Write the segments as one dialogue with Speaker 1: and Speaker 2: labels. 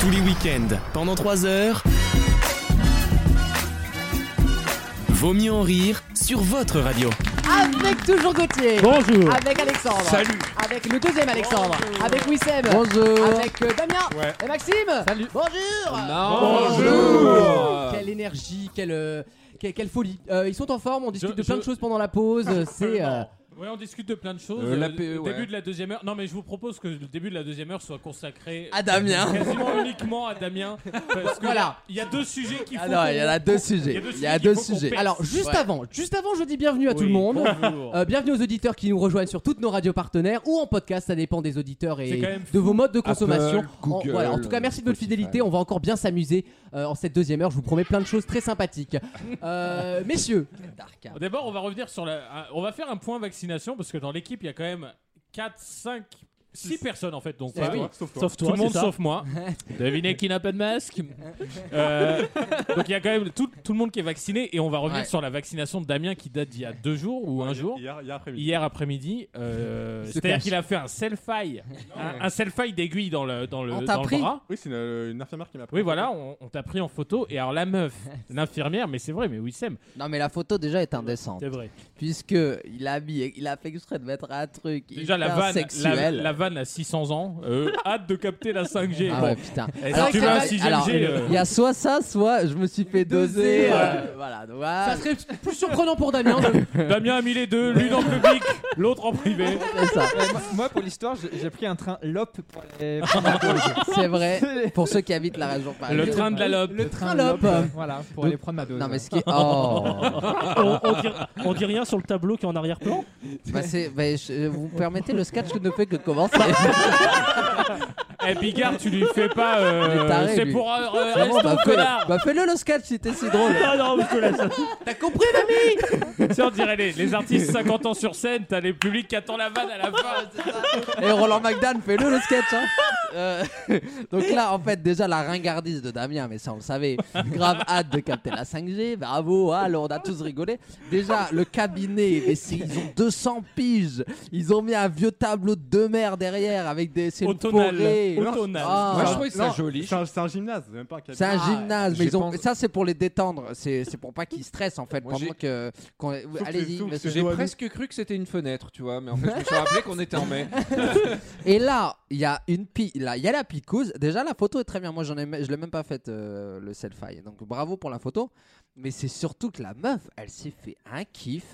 Speaker 1: Tous les week-ends, pendant 3 heures. Vaut mieux en rire sur votre radio.
Speaker 2: Avec toujours Gauthier.
Speaker 3: Bonjour.
Speaker 2: Avec Alexandre.
Speaker 3: Salut.
Speaker 2: Avec le deuxième Alexandre. Avec Wissem.
Speaker 3: Bonjour.
Speaker 2: Avec euh, Damien.
Speaker 3: Ouais.
Speaker 2: Et Maxime.
Speaker 3: Salut.
Speaker 2: Bonjour.
Speaker 3: Bonjour.
Speaker 2: Quelle énergie, quelle, euh, quelle, quelle folie. Euh, ils sont en forme, on discute
Speaker 4: Je-
Speaker 2: de plein
Speaker 4: je-
Speaker 2: de choses pendant la pause. euh, C'est. euh,
Speaker 4: Ouais, on discute de plein de choses.
Speaker 5: Euh,
Speaker 4: Euh,
Speaker 5: l'APE,
Speaker 4: le
Speaker 5: ouais.
Speaker 4: début de la deuxième heure. Non, mais je vous propose que le début de la deuxième heure soit consacré
Speaker 5: À Ah, Damien.
Speaker 4: Quasiment uniquement à Damien. Parce que
Speaker 2: Voilà.
Speaker 4: Il y a deux sujets qui font.
Speaker 5: Alors, Ah il y en a deux sujets. Il y a deux sujets.
Speaker 2: Alors, juste
Speaker 5: Ouais.
Speaker 2: avant, juste avant, je dis bienvenue à tout le monde. Euh, bienvenue aux auditeurs qui nous rejoignent sur toutes nos radios partenaires ou en podcast, ça dépend des auditeurs
Speaker 4: C'est
Speaker 2: et
Speaker 4: quand même
Speaker 2: de vos modes de consommation. En-
Speaker 5: Google,
Speaker 2: voilà, en tout cas, merci de votre
Speaker 5: Spotify.
Speaker 2: fidélité. On va encore bien s'amuser euh, en cette deuxième heure. Je vous promets plein de choses très sympathiques. Euh, messieurs,
Speaker 4: D'abord, on va revenir sur la. un- On va faire un point vaccination parce que dans l'équipe, il y a quand même 4, 5, 6 personnes en fait. Donc,
Speaker 2: Eh
Speaker 6: Ah
Speaker 4: pas
Speaker 2: oui.
Speaker 4: toi.
Speaker 3: Sauf
Speaker 4: Tout
Speaker 3: toi,
Speaker 4: le
Speaker 3: c'est
Speaker 4: monde
Speaker 3: ça
Speaker 4: sauf moi. Devinez qui n'a pas de masque. Euh, donc il y a quand même tout, tout le monde qui est vacciné et on va revenir
Speaker 5: Ouais.
Speaker 4: sur la vaccination de Damien qui date d'il y a deux jours ou un jour.
Speaker 6: Hier, hier après-midi.
Speaker 4: Hier après-midi, euh,
Speaker 5: Se
Speaker 4: c'est-à-dire
Speaker 5: cache.
Speaker 4: qu'il a fait un selfie, un, un selfie d'aiguille dans le dans le,
Speaker 5: On t'a
Speaker 4: dans le
Speaker 5: pris
Speaker 4: bras.
Speaker 6: Oui, c'est une, une infirmière qui m'a pris.
Speaker 4: Oui, voilà, on, on t'a pris en photo. Et alors la meuf, l'infirmière, mais c'est vrai, mais Wissem,
Speaker 5: Non, mais la photo déjà est indécente.
Speaker 4: c'est vrai.
Speaker 5: Puisque il a, mis, il a fait exprès de mettre un truc
Speaker 4: Déjà la
Speaker 5: hyper
Speaker 4: vanne, la,
Speaker 5: sexuel.
Speaker 4: la vanne à 600 ans. euh, hâte de capter la 5G.
Speaker 5: Ah
Speaker 4: Bon.
Speaker 5: ouais, putain.
Speaker 4: Eh,
Speaker 5: Alors
Speaker 4: si tu
Speaker 5: que
Speaker 4: vas à
Speaker 5: c'est-
Speaker 4: 6
Speaker 5: alors,
Speaker 2: euh
Speaker 4: euh,
Speaker 5: Il y a soit ça, soit je me suis fait doser.
Speaker 2: Doser,
Speaker 5: euh, voilà, donc voilà.
Speaker 2: ça serait plus surprenant pour Damien. je-
Speaker 4: Damien a mis les deux, l'une en public, l'autre en privé.
Speaker 5: C'est ça.
Speaker 7: Ouais, moi, moi, pour l'histoire, j'ai j'ai pris un train LOP pour les-
Speaker 5: C'est vrai. Pour ceux qui habitent la région parisienne.
Speaker 4: Le train de la lobe.
Speaker 7: le train
Speaker 2: LOP.
Speaker 7: euh, Voilà, pour aller prendre ma dose.
Speaker 5: Non, mais ce qui. Oh
Speaker 3: on, on dit, on dit rien sur le tableau qui est en arrière-plan
Speaker 5: bah, c'est- bah, je- Vous permettez, le sketch ne fait que commencer. Bah,
Speaker 4: Eh Bigard, tu lui fais pas. euh,
Speaker 5: Il est taré,
Speaker 4: c'est
Speaker 5: lui.
Speaker 4: pour euh, euh,
Speaker 5: Vraiment,
Speaker 4: reste
Speaker 5: bah,
Speaker 4: ton
Speaker 5: fais-
Speaker 4: connard.
Speaker 5: bah, fais-le le sketch, c'était si drôle.
Speaker 3: Ah non, je te laisse.
Speaker 2: T'as compris, mamie
Speaker 4: Tu sais, on dirait les, les artistes 50 ans sur scène, t'as les publics qui attendent la vanne à la fin.
Speaker 5: Et Roland McDan, fais-le le sketch. Hein. Euh, donc là, en fait, déjà la ringardise de Damien, mais ça on le savait. Grave hâte de capter la 5G. Bravo, alors on a tous rigolé. Déjà, le cabinet, mais c'est- ils ont 200 piges. Ils ont mis un vieux tableau de deux mères derrière avec des. C'est une
Speaker 4: Automnal.
Speaker 5: forêt.
Speaker 4: Automnal.
Speaker 5: Ah.
Speaker 7: Moi, je trouvais ça
Speaker 6: Non,
Speaker 7: joli.
Speaker 6: C'est un, c'est un gymnase, c'est même pas un cabinet. Ah,
Speaker 5: C'est un gymnase, mais
Speaker 7: Ah, j'ai
Speaker 5: ils ont...
Speaker 7: pensé-
Speaker 5: ça c'est pour les détendre, c'est c'est pour pas qu'ils stressent en fait.
Speaker 7: Moi, j'ai-
Speaker 5: pendant que. qu'on-
Speaker 6: que-
Speaker 5: Allez-y,
Speaker 6: sauf que
Speaker 5: vas-y.
Speaker 6: j'ai
Speaker 7: J'ai presque cru que c'était une fenêtre, tu vois, mais en fait, je me suis rappelé qu'on était en mai.
Speaker 5: Et là, il y a une pi- là, il y a la picouse. Déjà, la photo est très bien. Moi, j'en ai, me- je l'ai même pas faite euh, le selfie. Donc, bravo pour la photo. Mais c'est surtout que la meuf, elle s'est fait un kiff.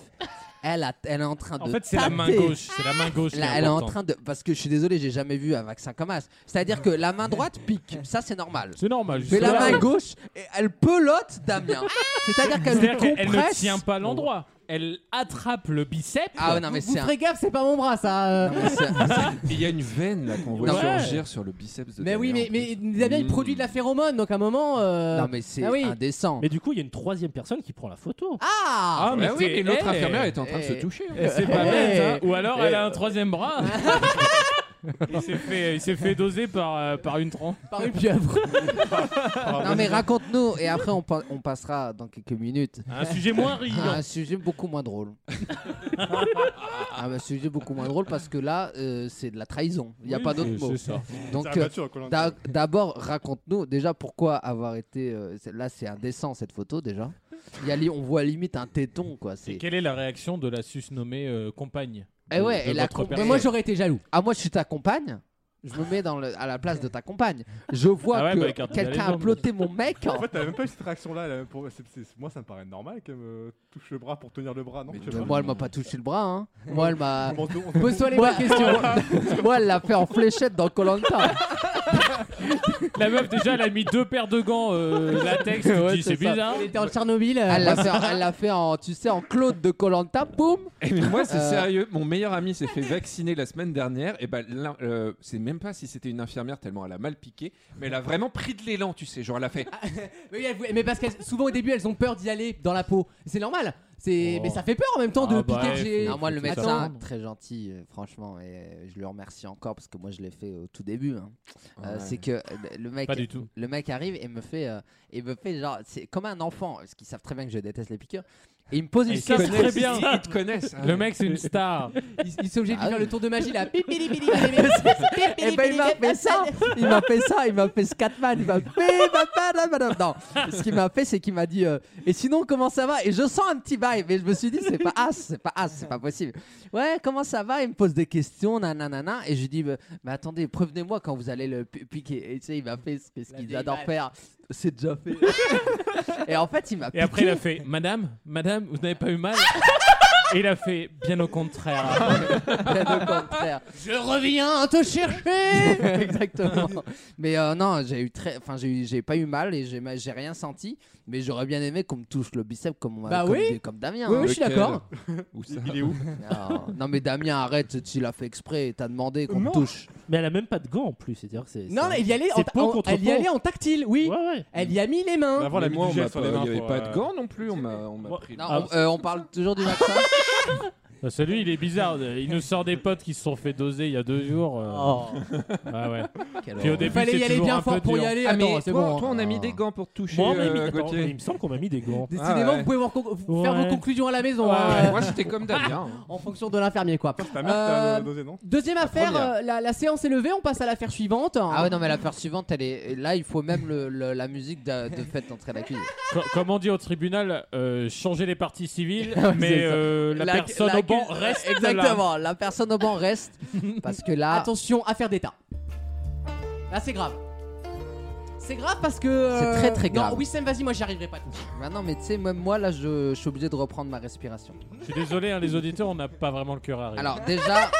Speaker 5: Elle, a, elle est en train
Speaker 4: En
Speaker 5: de.
Speaker 4: fait, c'est la main
Speaker 5: taper.
Speaker 4: gauche. C'est la main gauche. qui
Speaker 5: Là, elle est en
Speaker 4: importante.
Speaker 5: train de. Parce que je suis désolé, j'ai jamais vu un vaccin comme ça. C'est-à-dire que la main droite pique. Ça, c'est normal.
Speaker 4: C'est normal.
Speaker 5: Mais la
Speaker 4: jusque-là,
Speaker 5: main
Speaker 4: oui.
Speaker 5: gauche, et elle pelote Damien. C'est-à-dire qu'elle
Speaker 4: C'est-à-dire
Speaker 5: le
Speaker 4: qu'elle elle ne
Speaker 5: compresse.
Speaker 4: tient pas l'endroit. Elle attrape le biceps.
Speaker 5: Ah ouais, non, mais
Speaker 2: Vous
Speaker 5: c'est un.
Speaker 2: ferez gaffe, c'est pas mon bras, ça. euh.
Speaker 5: non, mais c'est un-
Speaker 7: Il y a une veine là qu'on voit
Speaker 5: Non,
Speaker 4: mais-
Speaker 7: surgir sur le biceps de
Speaker 2: Mais oui, mais,
Speaker 7: Damien.
Speaker 2: mais Damien, il
Speaker 7: Mm.
Speaker 2: produit de la phéromone, donc à un moment. euh,
Speaker 5: non, mais c'est
Speaker 2: Ah oui.
Speaker 5: indécent.
Speaker 3: Mais du coup, il y a une troisième personne qui prend la photo.
Speaker 5: Ah
Speaker 4: Ah,
Speaker 7: Ah oui,
Speaker 4: c'est
Speaker 7: mais l'autre
Speaker 4: elle.
Speaker 7: infirmière était en train de se
Speaker 5: eh,
Speaker 7: toucher. hein.
Speaker 4: Et c'est pas
Speaker 2: Eh.
Speaker 4: bête, hein. Ou alors elle a un troisième bras. il s'est fait, il s'est fait doser par, euh, par une tronc.
Speaker 2: Par une pieuvre.
Speaker 5: Non mais raconte-nous et après on, pa- on passera dans quelques minutes
Speaker 4: Un sujet moins
Speaker 5: à
Speaker 4: riant.
Speaker 5: un sujet beaucoup moins drôle. à un sujet beaucoup moins drôle parce que là euh, c'est de la trahison, il n'y a pas d'autre mot.
Speaker 4: C'est ça.
Speaker 5: Donc
Speaker 6: C'est
Speaker 5: euh,
Speaker 6: abattu, Koh-Lanta.
Speaker 5: d'a- d'abord raconte-nous déjà pourquoi avoir été euh, c'est- là c'est indécent cette photo déjà. Il y a li- on voit limite un téton quoi,
Speaker 4: Et
Speaker 5: c'est
Speaker 4: quelle est la réaction de la susnommée euh, compagne
Speaker 5: Eh ouais,
Speaker 4: de
Speaker 5: et la
Speaker 4: votre
Speaker 5: com-
Speaker 2: Mais
Speaker 4: personne
Speaker 2: moi, j'aurais été jaloux.
Speaker 5: Ah moi je suis ta compagne je me mets dans le- à la place de ta compagne. Je vois
Speaker 4: Ah ouais,
Speaker 5: que
Speaker 4: bah, écarte-toi les
Speaker 5: quelqu'un a
Speaker 4: jambes.
Speaker 5: ploté mon mec.
Speaker 6: En fait, t'as même pas eu cette réaction-là. là, pour- c'est- c'est- Moi, ça me paraît normal qu'elle me touche le bras pour tenir le bras, non
Speaker 7: Mais
Speaker 6: je sais
Speaker 7: de
Speaker 6: pas.
Speaker 5: Moi, elle m'a pas touché le bras. Hein. Moi, elle m'a.
Speaker 6: On se- on se-
Speaker 2: Pose-toi les
Speaker 5: Moi-
Speaker 2: bonnes questions.
Speaker 5: Moi, elle l'a fait en fléchette dans Colanta.
Speaker 4: La meuf, déjà, elle a mis deux paires de gants euh, latex. tu te dis, c'est bizarre.
Speaker 2: Elle était en Tchernobyl. euh,
Speaker 5: Elle l'a fait, elle l'a fait en, tu sais, en Claude de Colanta. Boum.
Speaker 7: Eh, mais moi, c'est
Speaker 5: Euh.
Speaker 7: sérieux. Mon meilleur ami s'est fait vacciner la semaine dernière. Et ben, l'in- euh, c'est même pas si c'était une infirmière tellement elle a mal piqué, mais elle a vraiment pris de l'élan, tu sais. Genre, elle a fait.
Speaker 2: Oui, elles vou- mais parce que souvent au début elles ont peur d'y aller dans la peau. C'est normal. C'est
Speaker 4: Oh.
Speaker 2: mais ça fait peur en même temps de
Speaker 4: Ah bah,
Speaker 2: piquer.
Speaker 4: ouais,
Speaker 2: chez-
Speaker 4: faut-
Speaker 5: Non, moi, le
Speaker 4: Attends.
Speaker 5: médecin, très gentil, euh, franchement, et euh, je le remercie encore parce que moi, je l'ai fait au tout début. hein. Euh,
Speaker 7: Ouais.
Speaker 5: C'est que euh, le mec,
Speaker 4: Pas du tout.
Speaker 5: le mec arrive et me fait, euh, et me fait genre, c'est comme un enfant, parce qu'ils savent très bien que je déteste les piqûres. Et il me pose une
Speaker 4: Et ça,
Speaker 5: question.
Speaker 4: c'est très
Speaker 7: connaissent,
Speaker 4: bien.
Speaker 7: Ils, ils te connaissent. hein.
Speaker 4: Le mec, c'est une star.
Speaker 8: Il, il s'est obligé de
Speaker 5: Ah
Speaker 8: faire
Speaker 5: oui.
Speaker 8: le tour de magie là.
Speaker 5: Et ben il m'a fait ça, il m'a fait ça, il m'a fait Scatman, il m'a fait madame, madame. Non, ce qu'il m'a fait, c'est qu'il m'a dit euh, et sinon comment ça va Et je sens un petit vibe, et je me suis dit c'est pas as, c'est pas as, c'est pas possible. Ouais, comment ça va Il me pose des questions, nanana, et je lui dis bah, mais attendez, prévenez-moi quand vous allez le pi- piquer. Et tu sais, il m'a fait ce que- ce
Speaker 8: La
Speaker 5: qu'ils
Speaker 8: vieille
Speaker 5: adorent
Speaker 8: balle.
Speaker 5: faire, c'est déjà fait. et en fait, il m'a
Speaker 4: Et après, il
Speaker 5: piqué.
Speaker 4: a fait Madame, madame, vous n'avez pas eu mal Et il a fait Bien au contraire.
Speaker 5: Bien au contraire.
Speaker 8: Je reviens te chercher.
Speaker 5: Exactement. Mais euh, non, j'ai eu très, enfin j'ai eu- j'ai pas eu mal et j'ai j'ai rien senti. Mais j'aurais bien aimé qu'on me touche le biceps comme
Speaker 8: Bah
Speaker 5: comme,
Speaker 8: oui.
Speaker 5: comme Damien.
Speaker 8: Oui,
Speaker 5: hein.
Speaker 8: oui, je suis
Speaker 7: Lequel
Speaker 8: d'accord.
Speaker 7: euh, Où ça
Speaker 6: Il est où
Speaker 5: Non, non, mais Damien, arrête, tu l'as fait exprès. T'as demandé qu'on me
Speaker 6: Non.
Speaker 5: touche.
Speaker 2: Mais elle a même pas de gants en plus. C'est-à-dire que c'est.
Speaker 8: Non,
Speaker 2: c'est-
Speaker 8: là, il y allait en,
Speaker 2: C'est peau
Speaker 8: en-
Speaker 2: contre
Speaker 8: elle y
Speaker 2: peau.
Speaker 8: allait en tactile, oui.
Speaker 2: Ouais, ouais.
Speaker 8: Elle y a mis les mains.
Speaker 6: Avant,
Speaker 7: Mais
Speaker 6: la
Speaker 7: moi, on m'a pas-
Speaker 6: sur les mains.
Speaker 7: il n'y avait
Speaker 6: pour,
Speaker 7: pas
Speaker 6: euh,
Speaker 7: de gants non plus. On m'a on m'a
Speaker 2: Moi-
Speaker 7: pris.
Speaker 5: Non,
Speaker 2: Ah,
Speaker 5: on, euh, on parle toujours du vaccin.
Speaker 4: Bah, Celui, il est bizarre. Il nous sort des potes qui se sont fait doser il y a deux jours. euh.
Speaker 2: Oh.
Speaker 4: Ah ouais.
Speaker 5: Quelle
Speaker 4: Puis au
Speaker 5: horreur.
Speaker 4: début,
Speaker 8: Oh. Fallait y
Speaker 4: c'est
Speaker 8: aller
Speaker 4: toujours
Speaker 8: bien
Speaker 4: un
Speaker 8: fort
Speaker 4: peu
Speaker 8: pour
Speaker 4: dur.
Speaker 8: y aller.
Speaker 7: Ah, mais
Speaker 8: Attends, c'est
Speaker 7: toi,
Speaker 8: bon. Ah.
Speaker 7: toi, on a mis des gants pour te toucher.
Speaker 2: Moi, on m'a mis-
Speaker 7: euh,
Speaker 2: attends,
Speaker 7: Gauthier.
Speaker 2: mais il me semble qu'on m'a mis des gants.
Speaker 8: Décidément,
Speaker 7: Ah ouais.
Speaker 8: vous pouvez vous reco- vous faire
Speaker 2: Ouais.
Speaker 8: vos conclusions à la maison. hein,
Speaker 7: Ouais,
Speaker 8: euh,
Speaker 7: Moi, j'étais comme Damien. hein.
Speaker 8: en fonction de l'infirmier, quoi.
Speaker 6: Ta mère t'a
Speaker 8: Euh,
Speaker 6: dosé, non
Speaker 8: Deuxième affaire,
Speaker 7: première.
Speaker 8: euh, la, la séance est levée, on passe à l'affaire suivante.
Speaker 5: Ah ouais, non, mais l'affaire suivante, elle est. Là, il faut même le- le- la musique de, de fête d'entrée d'accusé.
Speaker 4: Co- Comme on dit au tribunal, euh, changer les parties civiles,
Speaker 5: Ouais, c'est
Speaker 4: mais
Speaker 5: ça.
Speaker 4: euh, la, personne au banc reste là.
Speaker 5: Exactement, la personne au banc reste. parce que là,
Speaker 8: Attention, affaire d'État. Là, c'est grave. C'est grave parce que. euh,
Speaker 5: C'est très, très grave.
Speaker 8: Non, Wissem, vas-y, moi j'y arriverai pas.
Speaker 5: maintenant, Bah mais tu sais, même moi, là, je, je suis obligé de reprendre ma respiration.
Speaker 4: Je suis désolé, hein, les auditeurs, on n'a pas vraiment le cœur à rire.
Speaker 5: Alors déjà,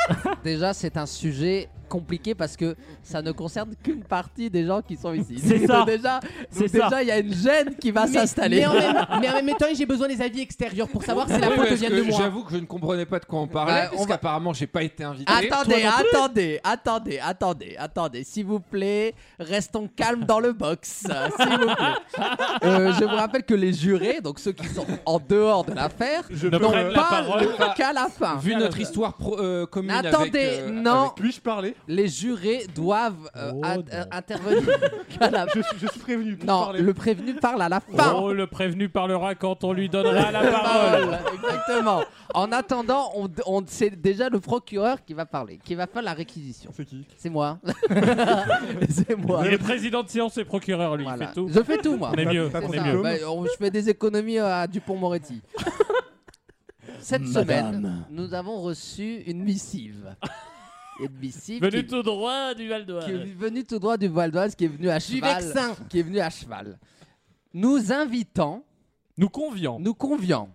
Speaker 5: déjà c'est un sujet compliqué parce que ça ne concerne qu'une partie des gens qui sont ici.
Speaker 2: C'est
Speaker 5: Donc
Speaker 2: ça.
Speaker 5: Déjà,
Speaker 2: C'est
Speaker 5: donc
Speaker 2: ça.
Speaker 5: déjà il y a une gêne qui va
Speaker 8: Mais-
Speaker 5: s'installer.
Speaker 8: Mais, en même- mais en même temps, j'ai besoin des avis extérieurs pour savoir si la
Speaker 7: Oui,
Speaker 8: faute
Speaker 7: parce
Speaker 8: vient
Speaker 7: que
Speaker 8: de moi.
Speaker 7: J'avoue que je ne comprenais pas de quoi on parlait,
Speaker 5: Bah, on
Speaker 7: parce
Speaker 5: va-
Speaker 7: qu'apparemment, j'ai pas été invité.
Speaker 5: Attendez, attendez, attendez, attendez, attendez, s'il vous plaît, restons calmes dans le box, euh, s'il vous plaît. Euh, je vous rappelle que les jurés, donc ceux qui sont en dehors de l'affaire,
Speaker 6: Je
Speaker 4: ne
Speaker 6: peux-
Speaker 5: n'ont
Speaker 4: prennent la
Speaker 5: pas
Speaker 4: parole.
Speaker 5: le qu'à la fin.
Speaker 7: Vu notre histoire pro- euh, commune avec,
Speaker 5: Attendez,
Speaker 7: euh,
Speaker 5: non,
Speaker 6: Puis-je parler
Speaker 5: les jurés doivent euh,
Speaker 2: Oh,
Speaker 5: ad-
Speaker 2: non.
Speaker 5: euh, intervenir qu'à la
Speaker 6: je, suis- je suis prévenu. Puis-je
Speaker 5: Non,
Speaker 6: parler
Speaker 5: le prévenu parle à la fin.
Speaker 4: Oh, le prévenu parlera quand on lui donnera la parole.
Speaker 5: Parole, Exactement. En attendant, on, on c'est déjà le procureur qui va parler, qui va faire la réquisition.
Speaker 6: C'est qui
Speaker 5: C'est moi. c'est moi.
Speaker 4: Il est président de séance et procureur, lui,
Speaker 5: Voilà.
Speaker 4: il fait tout.
Speaker 5: Je fais tout moi.
Speaker 4: On est
Speaker 6: T'as-
Speaker 4: mieux,
Speaker 6: t'as
Speaker 4: on
Speaker 6: ton
Speaker 4: est
Speaker 5: Ça,
Speaker 4: mieux.
Speaker 6: diplôme
Speaker 5: bah, on- je fais des économies euh, à Dupont-Moretti. Cette semaine, nous avons reçu une missive. Une missive qui,
Speaker 4: Venu tout droit du Val
Speaker 5: qui
Speaker 4: d'Oise.
Speaker 5: est venue tout droit du Val d'Oise, qui est venue à
Speaker 8: Du
Speaker 5: cheval.
Speaker 8: vexin.
Speaker 5: Qui est venue à cheval. Nous invitons
Speaker 4: Nous conviant.
Speaker 5: Nous convions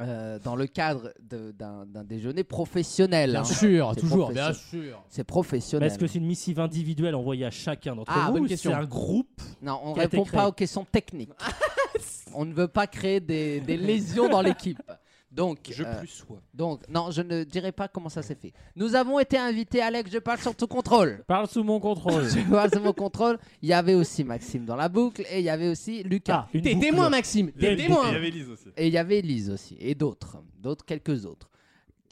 Speaker 5: euh, dans le cadre de- d'un d'un déjeuner professionnel. hein.
Speaker 8: sûr,
Speaker 5: C'est toujours, bien
Speaker 8: sûr.
Speaker 5: C'est
Speaker 2: Mais
Speaker 5: professionnel.
Speaker 2: est-ce que c'est une missive individuelle envoyée à chacun d'entre
Speaker 5: Ah,
Speaker 2: vous
Speaker 5: bonne
Speaker 2: ou
Speaker 5: question.
Speaker 2: C'est un groupe.
Speaker 5: Non, on
Speaker 2: qui
Speaker 5: ne
Speaker 2: a été
Speaker 5: répond
Speaker 2: créé
Speaker 5: pas aux questions techniques. on ne veut pas créer des, des lésions dans l'équipe. Donc,
Speaker 7: Je
Speaker 5: euh,
Speaker 7: plus sois.
Speaker 5: donc, non, je ne dirai pas comment ça s'est fait. Nous avons été invités, Alex, je parle sur tout contrôle.
Speaker 4: Parle sous mon contrôle. Ah
Speaker 5: Je parle sur Bah, mon contrôle. Il y avait aussi Maxime dans la boucle et il y avait aussi Lucas.
Speaker 2: Ah, une
Speaker 8: T'es
Speaker 2: boucle.
Speaker 8: témoin, Maxime.
Speaker 2: Il y a
Speaker 8: T'es
Speaker 2: une
Speaker 6: Il y
Speaker 8: témoin.
Speaker 6: avait Lise aussi.
Speaker 5: Et il y avait Elise aussi, et d'autres, d'autres, quelques autres.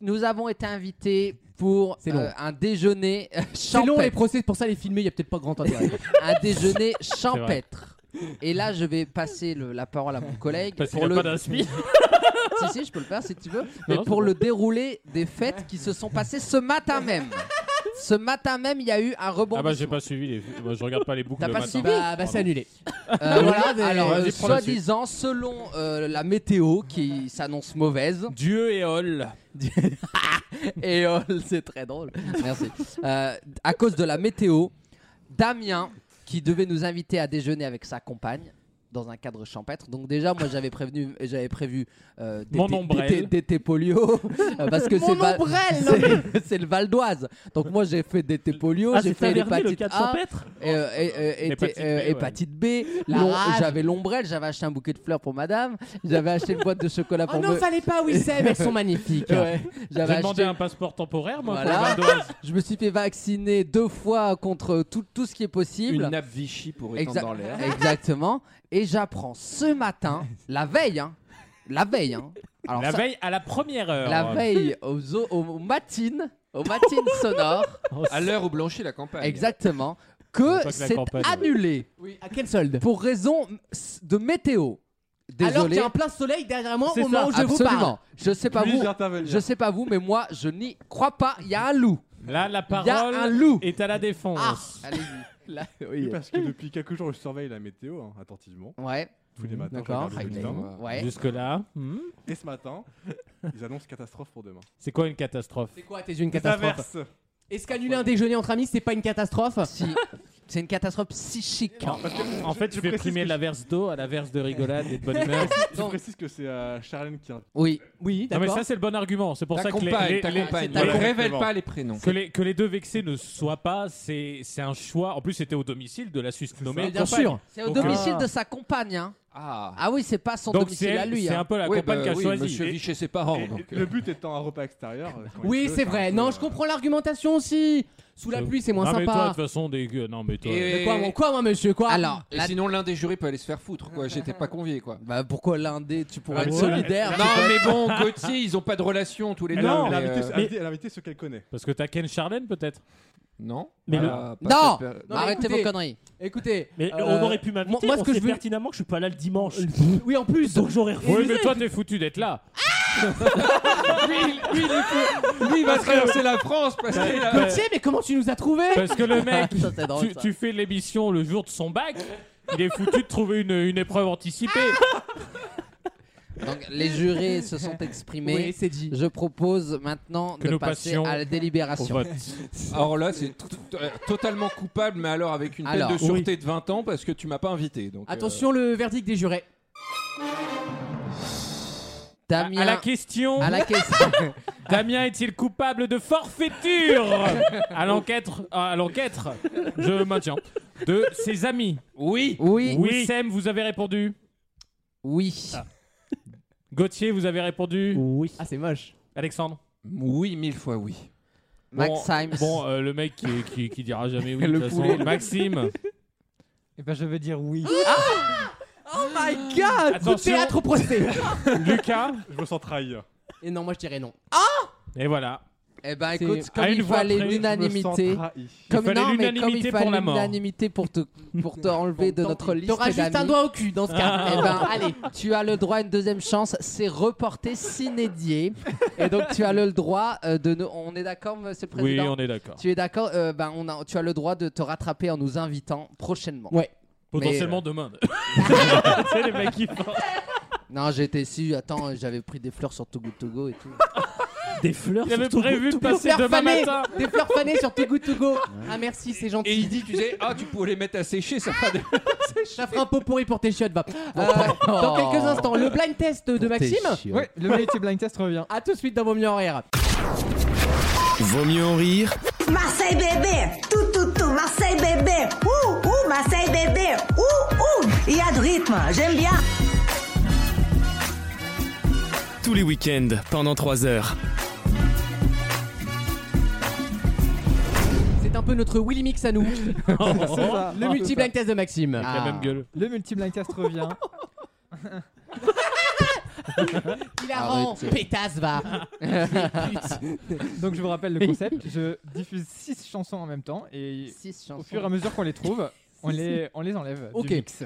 Speaker 5: Nous avons été invités pour
Speaker 8: C'est long.
Speaker 5: euh, un déjeuner
Speaker 8: C'est long les
Speaker 5: champêtre.
Speaker 8: procès, pour ça les filmer, il y a peut-être pas grand intérêt.
Speaker 5: un déjeuner champêtre. Et là, je vais passer le- la parole à mon collègue.
Speaker 4: Parce qu'il
Speaker 5: pour
Speaker 4: a
Speaker 5: le...
Speaker 4: pas d'inspi.
Speaker 5: si, si, je peux le faire si tu veux. Mais
Speaker 4: non,
Speaker 5: pour
Speaker 4: c'est
Speaker 5: le déroulé des fêtes qui se sont passées ce matin même. Ce matin même, il y a eu un rebond.
Speaker 4: Ah bah j'ai pas suivi, les... moi, je regarde pas les boucles
Speaker 5: T'as
Speaker 4: le
Speaker 5: pas
Speaker 4: matin.
Speaker 5: suivi
Speaker 2: Ah,
Speaker 8: bah, bah, c'est annulé.
Speaker 5: Euh, voilà,
Speaker 8: Vas-y,
Speaker 5: alors,
Speaker 4: prends
Speaker 5: euh,
Speaker 4: la suite.
Speaker 5: soi-disant, selon euh, la météo qui s'annonce mauvaise,
Speaker 4: Dieu et Hall.
Speaker 5: et oh, c'est très drôle. Merci. Euh, à cause de la météo, Damien, qui devait nous inviter à déjeuner avec sa compagne dans un cadre champêtre. Donc déjà, moi j'avais prévenu, j'avais prévu euh, d'été-
Speaker 4: Mon ombrelle.
Speaker 5: d'été- d'été polio euh, parce que c'est
Speaker 8: Mon
Speaker 5: Val-
Speaker 8: ombrelle non, mais-
Speaker 5: c'est- c'est le Val d'Oise. Donc moi j'ai fait d'été polio,
Speaker 2: Ah,
Speaker 5: j'ai
Speaker 2: c'est
Speaker 5: fait
Speaker 2: Tavernier, le
Speaker 5: l'hépatite
Speaker 2: cas de
Speaker 5: A,
Speaker 2: champêtre
Speaker 5: et, euh, et, euh, et-
Speaker 4: Oh, Hépatite
Speaker 5: euh,
Speaker 4: B, ouais.
Speaker 5: hépatite B.
Speaker 8: La
Speaker 5: l'om-
Speaker 8: rage.
Speaker 5: J'avais l'ombrelle, j'avais acheté un bouquet de fleurs pour Madame, j'avais acheté une boîte de chocolat
Speaker 8: Oh
Speaker 5: pour
Speaker 8: non,
Speaker 5: me-
Speaker 8: fallait pas Wissem, elles sont magnifiques.
Speaker 5: Ouais, j'avais
Speaker 4: J'ai demandé
Speaker 5: acheté
Speaker 4: un passeport temporaire, moi,
Speaker 5: Voilà.
Speaker 4: pour le Val d'Oise.
Speaker 5: Je me suis fait vacciner deux fois contre tout, tout ce qui est possible.
Speaker 7: Une nappe Vichy pour étendre
Speaker 5: Exa-
Speaker 7: dans l'air.
Speaker 5: Exactement. Et j'apprends ce matin, la veille, hein, la veille, hein. Alors
Speaker 4: La
Speaker 5: ça,
Speaker 4: veille euh. à la première heure.
Speaker 5: la veille aux, au- aux matines, aux matines sonores,
Speaker 2: Oh,
Speaker 7: À l'heure où blanchit la campagne.
Speaker 5: exactement,
Speaker 4: Faut
Speaker 5: que
Speaker 4: pas que la
Speaker 5: c'est
Speaker 4: campagne, ouais.
Speaker 5: annulé
Speaker 8: Oui, à quel solde
Speaker 5: pour raison de météo. Alors qu'il
Speaker 7: désolé.
Speaker 5: y a un plein soleil derrière moi
Speaker 7: C'est
Speaker 5: au moment
Speaker 7: ça,
Speaker 5: où je vous parle.
Speaker 7: absolument. Je sais pas vous, je sais pas vous, mais moi je n'y crois pas. Il y a un loup.
Speaker 4: Là, la
Speaker 7: Il y a
Speaker 4: parole
Speaker 7: un loup.
Speaker 4: est à la défense.
Speaker 7: Ah, allez-y. Là, oui.
Speaker 6: Parce que depuis quelques jours, je surveille la météo hein, attentivement.
Speaker 7: Ouais.
Speaker 6: Tous les matins, je
Speaker 7: d'accord.
Speaker 6: regarde le
Speaker 7: Ah, il
Speaker 6: bulletin.
Speaker 7: Ouais.
Speaker 4: Jusque-là, hmm,
Speaker 6: Et ce matin, ils annoncent catastrophe pour demain.
Speaker 4: c'est quoi une catastrophe
Speaker 5: C'est quoi, t'es une
Speaker 6: Des
Speaker 5: catastrophe
Speaker 6: averses.
Speaker 5: Est-ce qu'annuler un déjeuner entre amis, c'est pas une catastrophe
Speaker 7: Si. C'est une catastrophe psychique.
Speaker 6: Parce que
Speaker 4: En
Speaker 6: je-
Speaker 4: fait,
Speaker 6: je
Speaker 4: tu fais
Speaker 6: précise
Speaker 4: primer
Speaker 6: que-
Speaker 4: l'averse d'eau à l'averse de rigolade et de bonne humeur.
Speaker 6: Je précise que c'est euh, Charlène qui. a-
Speaker 7: Oui.
Speaker 5: Oui,
Speaker 4: Non, mais
Speaker 5: d'accord.
Speaker 4: ça, c'est le bon argument. C'est pour ça que les-
Speaker 9: T'accompagne,
Speaker 4: les- les,
Speaker 9: t'accompagne.
Speaker 4: voilà.
Speaker 9: Ne révèle
Speaker 6: Exactement.
Speaker 9: pas les prénoms.
Speaker 4: Que les, que les deux vexés ne soient pas, c'est c'est un choix. En plus, c'était au domicile de la Suisse nommée.
Speaker 5: Mais bien
Speaker 4: compagne.
Speaker 5: sûr.
Speaker 7: C'est au
Speaker 4: Donc,
Speaker 7: domicile
Speaker 5: euh,
Speaker 7: de sa compagne. hein.
Speaker 9: Ah.
Speaker 7: Ah oui, c'est pas son
Speaker 4: Donc, c'est
Speaker 7: domicile à
Speaker 4: elle-
Speaker 7: lui.
Speaker 4: c'est
Speaker 7: hein.
Speaker 4: un peu la
Speaker 9: Oui,
Speaker 4: compagne
Speaker 9: bah
Speaker 4: qui a
Speaker 9: oui,
Speaker 4: choisi.
Speaker 9: Monsieur
Speaker 4: Et-
Speaker 9: vit chez ses parents.
Speaker 6: Et- et
Speaker 9: donc, euh,
Speaker 6: le but étant un repas extérieur. euh, quand il
Speaker 5: Oui,
Speaker 6: pleut,
Speaker 5: c'est
Speaker 6: un
Speaker 5: vrai.
Speaker 6: peu,
Speaker 5: Non,
Speaker 6: euh,
Speaker 5: je comprends l'argumentation aussi. Sous la pluie, c'est moins
Speaker 4: non, mais toi, de
Speaker 5: sympa.
Speaker 4: toute façon, des gueux. Non, mais toi.
Speaker 9: Et-
Speaker 5: Mais quoi, mon- quoi, moi, monsieur, quoi
Speaker 7: Alors,
Speaker 9: Et
Speaker 7: la-
Speaker 9: sinon, l'un des jurés peut aller se faire foutre, quoi. J'étais pas convié, quoi.
Speaker 7: bah, pourquoi l'un des tu pourrais être
Speaker 4: Ouais.
Speaker 7: solidaire
Speaker 9: Non, mais bon, Gauthier, ils ont pas de relation tous les deux.
Speaker 4: Mais
Speaker 6: Elle a-
Speaker 4: non,
Speaker 6: elle a
Speaker 9: mais,
Speaker 6: invité-
Speaker 9: euh,
Speaker 6: elle a invité- elle a invité ceux qu'elle connaît.
Speaker 4: Parce que t'as Ken Charlène, peut-être
Speaker 9: non.
Speaker 3: Mais le-
Speaker 9: Ah, pas
Speaker 7: Non,
Speaker 9: cette per-
Speaker 5: Non, mais
Speaker 7: Arrêtez
Speaker 5: écoutez,
Speaker 7: vos conneries.
Speaker 5: Écoutez.
Speaker 3: Mais
Speaker 5: euh,
Speaker 3: on aurait pu
Speaker 5: moi-
Speaker 3: m'inviter.
Speaker 5: moi,
Speaker 3: Moi,
Speaker 5: ce
Speaker 3: on
Speaker 5: que
Speaker 3: sait
Speaker 5: je veux- Euh,
Speaker 3: pertinemment que je suis pas là le dimanche.
Speaker 5: Oui, en plus.
Speaker 3: Donc j'aurais refusé.
Speaker 4: Oui, mais toi, t'es foutu d'être là.
Speaker 9: Lui, il va traverser la France parce qu'il a-
Speaker 5: Gauthier, Bah, mais comment tu nous as trouvés
Speaker 4: Parce que le mec,
Speaker 7: Ça, c'est Ah, drôle,
Speaker 4: tu,
Speaker 7: ça.
Speaker 4: tu fais l'émission le jour de son bac. Il est foutu de trouver une, une épreuve anticipée.
Speaker 7: Donc, les jurés se sont exprimés.
Speaker 5: Oui, c'est dit.
Speaker 7: Je propose maintenant
Speaker 4: Que
Speaker 7: de
Speaker 4: nous
Speaker 7: passer
Speaker 4: passions
Speaker 7: à la
Speaker 4: Au
Speaker 7: délibération.
Speaker 4: vote.
Speaker 9: Alors là, c'est tout- tout- euh, totalement coupable, mais alors avec une tête
Speaker 7: Alors,
Speaker 9: de sûreté de 20 ans parce que tu m'as pas invité. Donc, euh,
Speaker 5: Attention, le verdict des jurés.
Speaker 4: À,
Speaker 7: Damien,
Speaker 4: à la question,
Speaker 7: à la question.
Speaker 4: Damien est-il coupable de forfaiture À l'enquête, euh, à l'enquête, je maintiens. De ses amis.
Speaker 9: Oui.
Speaker 7: Oui, oui.
Speaker 4: Wissem, vous avez répondu. Gauthier, vous avez répondu.
Speaker 3: Oui.
Speaker 5: Ah, c'est moche.
Speaker 4: Alexandre.
Speaker 9: Oui, mille fois oui.
Speaker 7: Maxime.
Speaker 4: Bon, euh, le mec qui, qui, qui dira jamais oui. de
Speaker 7: Le
Speaker 4: toute façon.
Speaker 7: poulet, le-
Speaker 4: Maxime.
Speaker 2: Eh ben, je veux dire oui.
Speaker 5: Oh my god
Speaker 4: Attention.
Speaker 5: Coup de théâtre procès
Speaker 4: Lucas.
Speaker 6: Je me sens trahi.
Speaker 5: Et non, moi je dirais non.
Speaker 4: Et voilà.
Speaker 7: Eh ben
Speaker 5: C'est-
Speaker 7: écoute,
Speaker 4: à
Speaker 7: comme
Speaker 4: une
Speaker 7: il
Speaker 4: voix
Speaker 7: fallait
Speaker 4: près, je me
Speaker 7: l'unanimité. Comme,
Speaker 4: fallait
Speaker 7: non, mais comme
Speaker 4: l'unanimité
Speaker 7: il
Speaker 4: pour
Speaker 7: fallait
Speaker 4: la mort.
Speaker 7: l'unanimité pour te, pour te enlever de
Speaker 5: Tant
Speaker 7: notre
Speaker 5: pis.
Speaker 7: liste.
Speaker 5: T'auras juste un
Speaker 7: d'amis.
Speaker 5: doigt au cul dans ce cas.
Speaker 7: Eh ben, allez, tu as le droit à une deuxième chance. C'est reporté s'inédier. Et donc, tu as le droit euh, de. nous- On est d'accord, monsieur le
Speaker 4: Oui,
Speaker 7: président
Speaker 4: on est d'accord.
Speaker 7: Tu es d'accord Euh, ben, on a- Tu as le droit de te rattraper en nous invitant prochainement.
Speaker 5: Ouais.
Speaker 4: Potentiellement demain.
Speaker 3: C'est les mecs qui font
Speaker 7: Non, j'étais si. Attends, j'avais pris des fleurs sur Togo Togo et tout.
Speaker 3: des fleurs.
Speaker 4: Il avait
Speaker 3: surtout.
Speaker 4: prévu de
Speaker 5: Des
Speaker 4: passer
Speaker 5: fleurs
Speaker 4: demain
Speaker 5: fanées
Speaker 4: matin.
Speaker 5: Des fleurs fanées sur Too Good To Go Ah merci, c'est
Speaker 9: Et
Speaker 5: gentil.
Speaker 9: il dit, tu sais, ah, tu pourrais les mettre à sécher, ça fera des-
Speaker 5: Ça fera un pot pourri pour tes chiottes, va. Euh, dans quelques instants, le blind test de Maxime.
Speaker 2: Ouais, le vérité blind test revient.
Speaker 5: A tout de suite dans Vos mieux en rire.
Speaker 1: Vaut mieux en rire
Speaker 8: Marseille bébé, tout tout tout, Marseille bébé, ouh ouh, Marseille bébé, ouh ouh, il y a du rythme, j'aime bien.
Speaker 1: tous les week-ends pendant 3 heures.
Speaker 5: C'est un peu notre Willy Mix à nous.
Speaker 4: Ah,
Speaker 2: Ah,
Speaker 5: le multi blind test de Maxime.
Speaker 7: Ah.
Speaker 4: La même gueule.
Speaker 2: Le multi blind test revient.
Speaker 5: Il a rang. Pétasse va.
Speaker 2: Donc je vous rappelle le concept. Je diffuse 6 chansons en même temps et
Speaker 7: Six
Speaker 2: au
Speaker 7: chansons.
Speaker 2: fur et à mesure qu'on les trouve, on les, on les enlève.
Speaker 5: Ok.
Speaker 2: Du mix.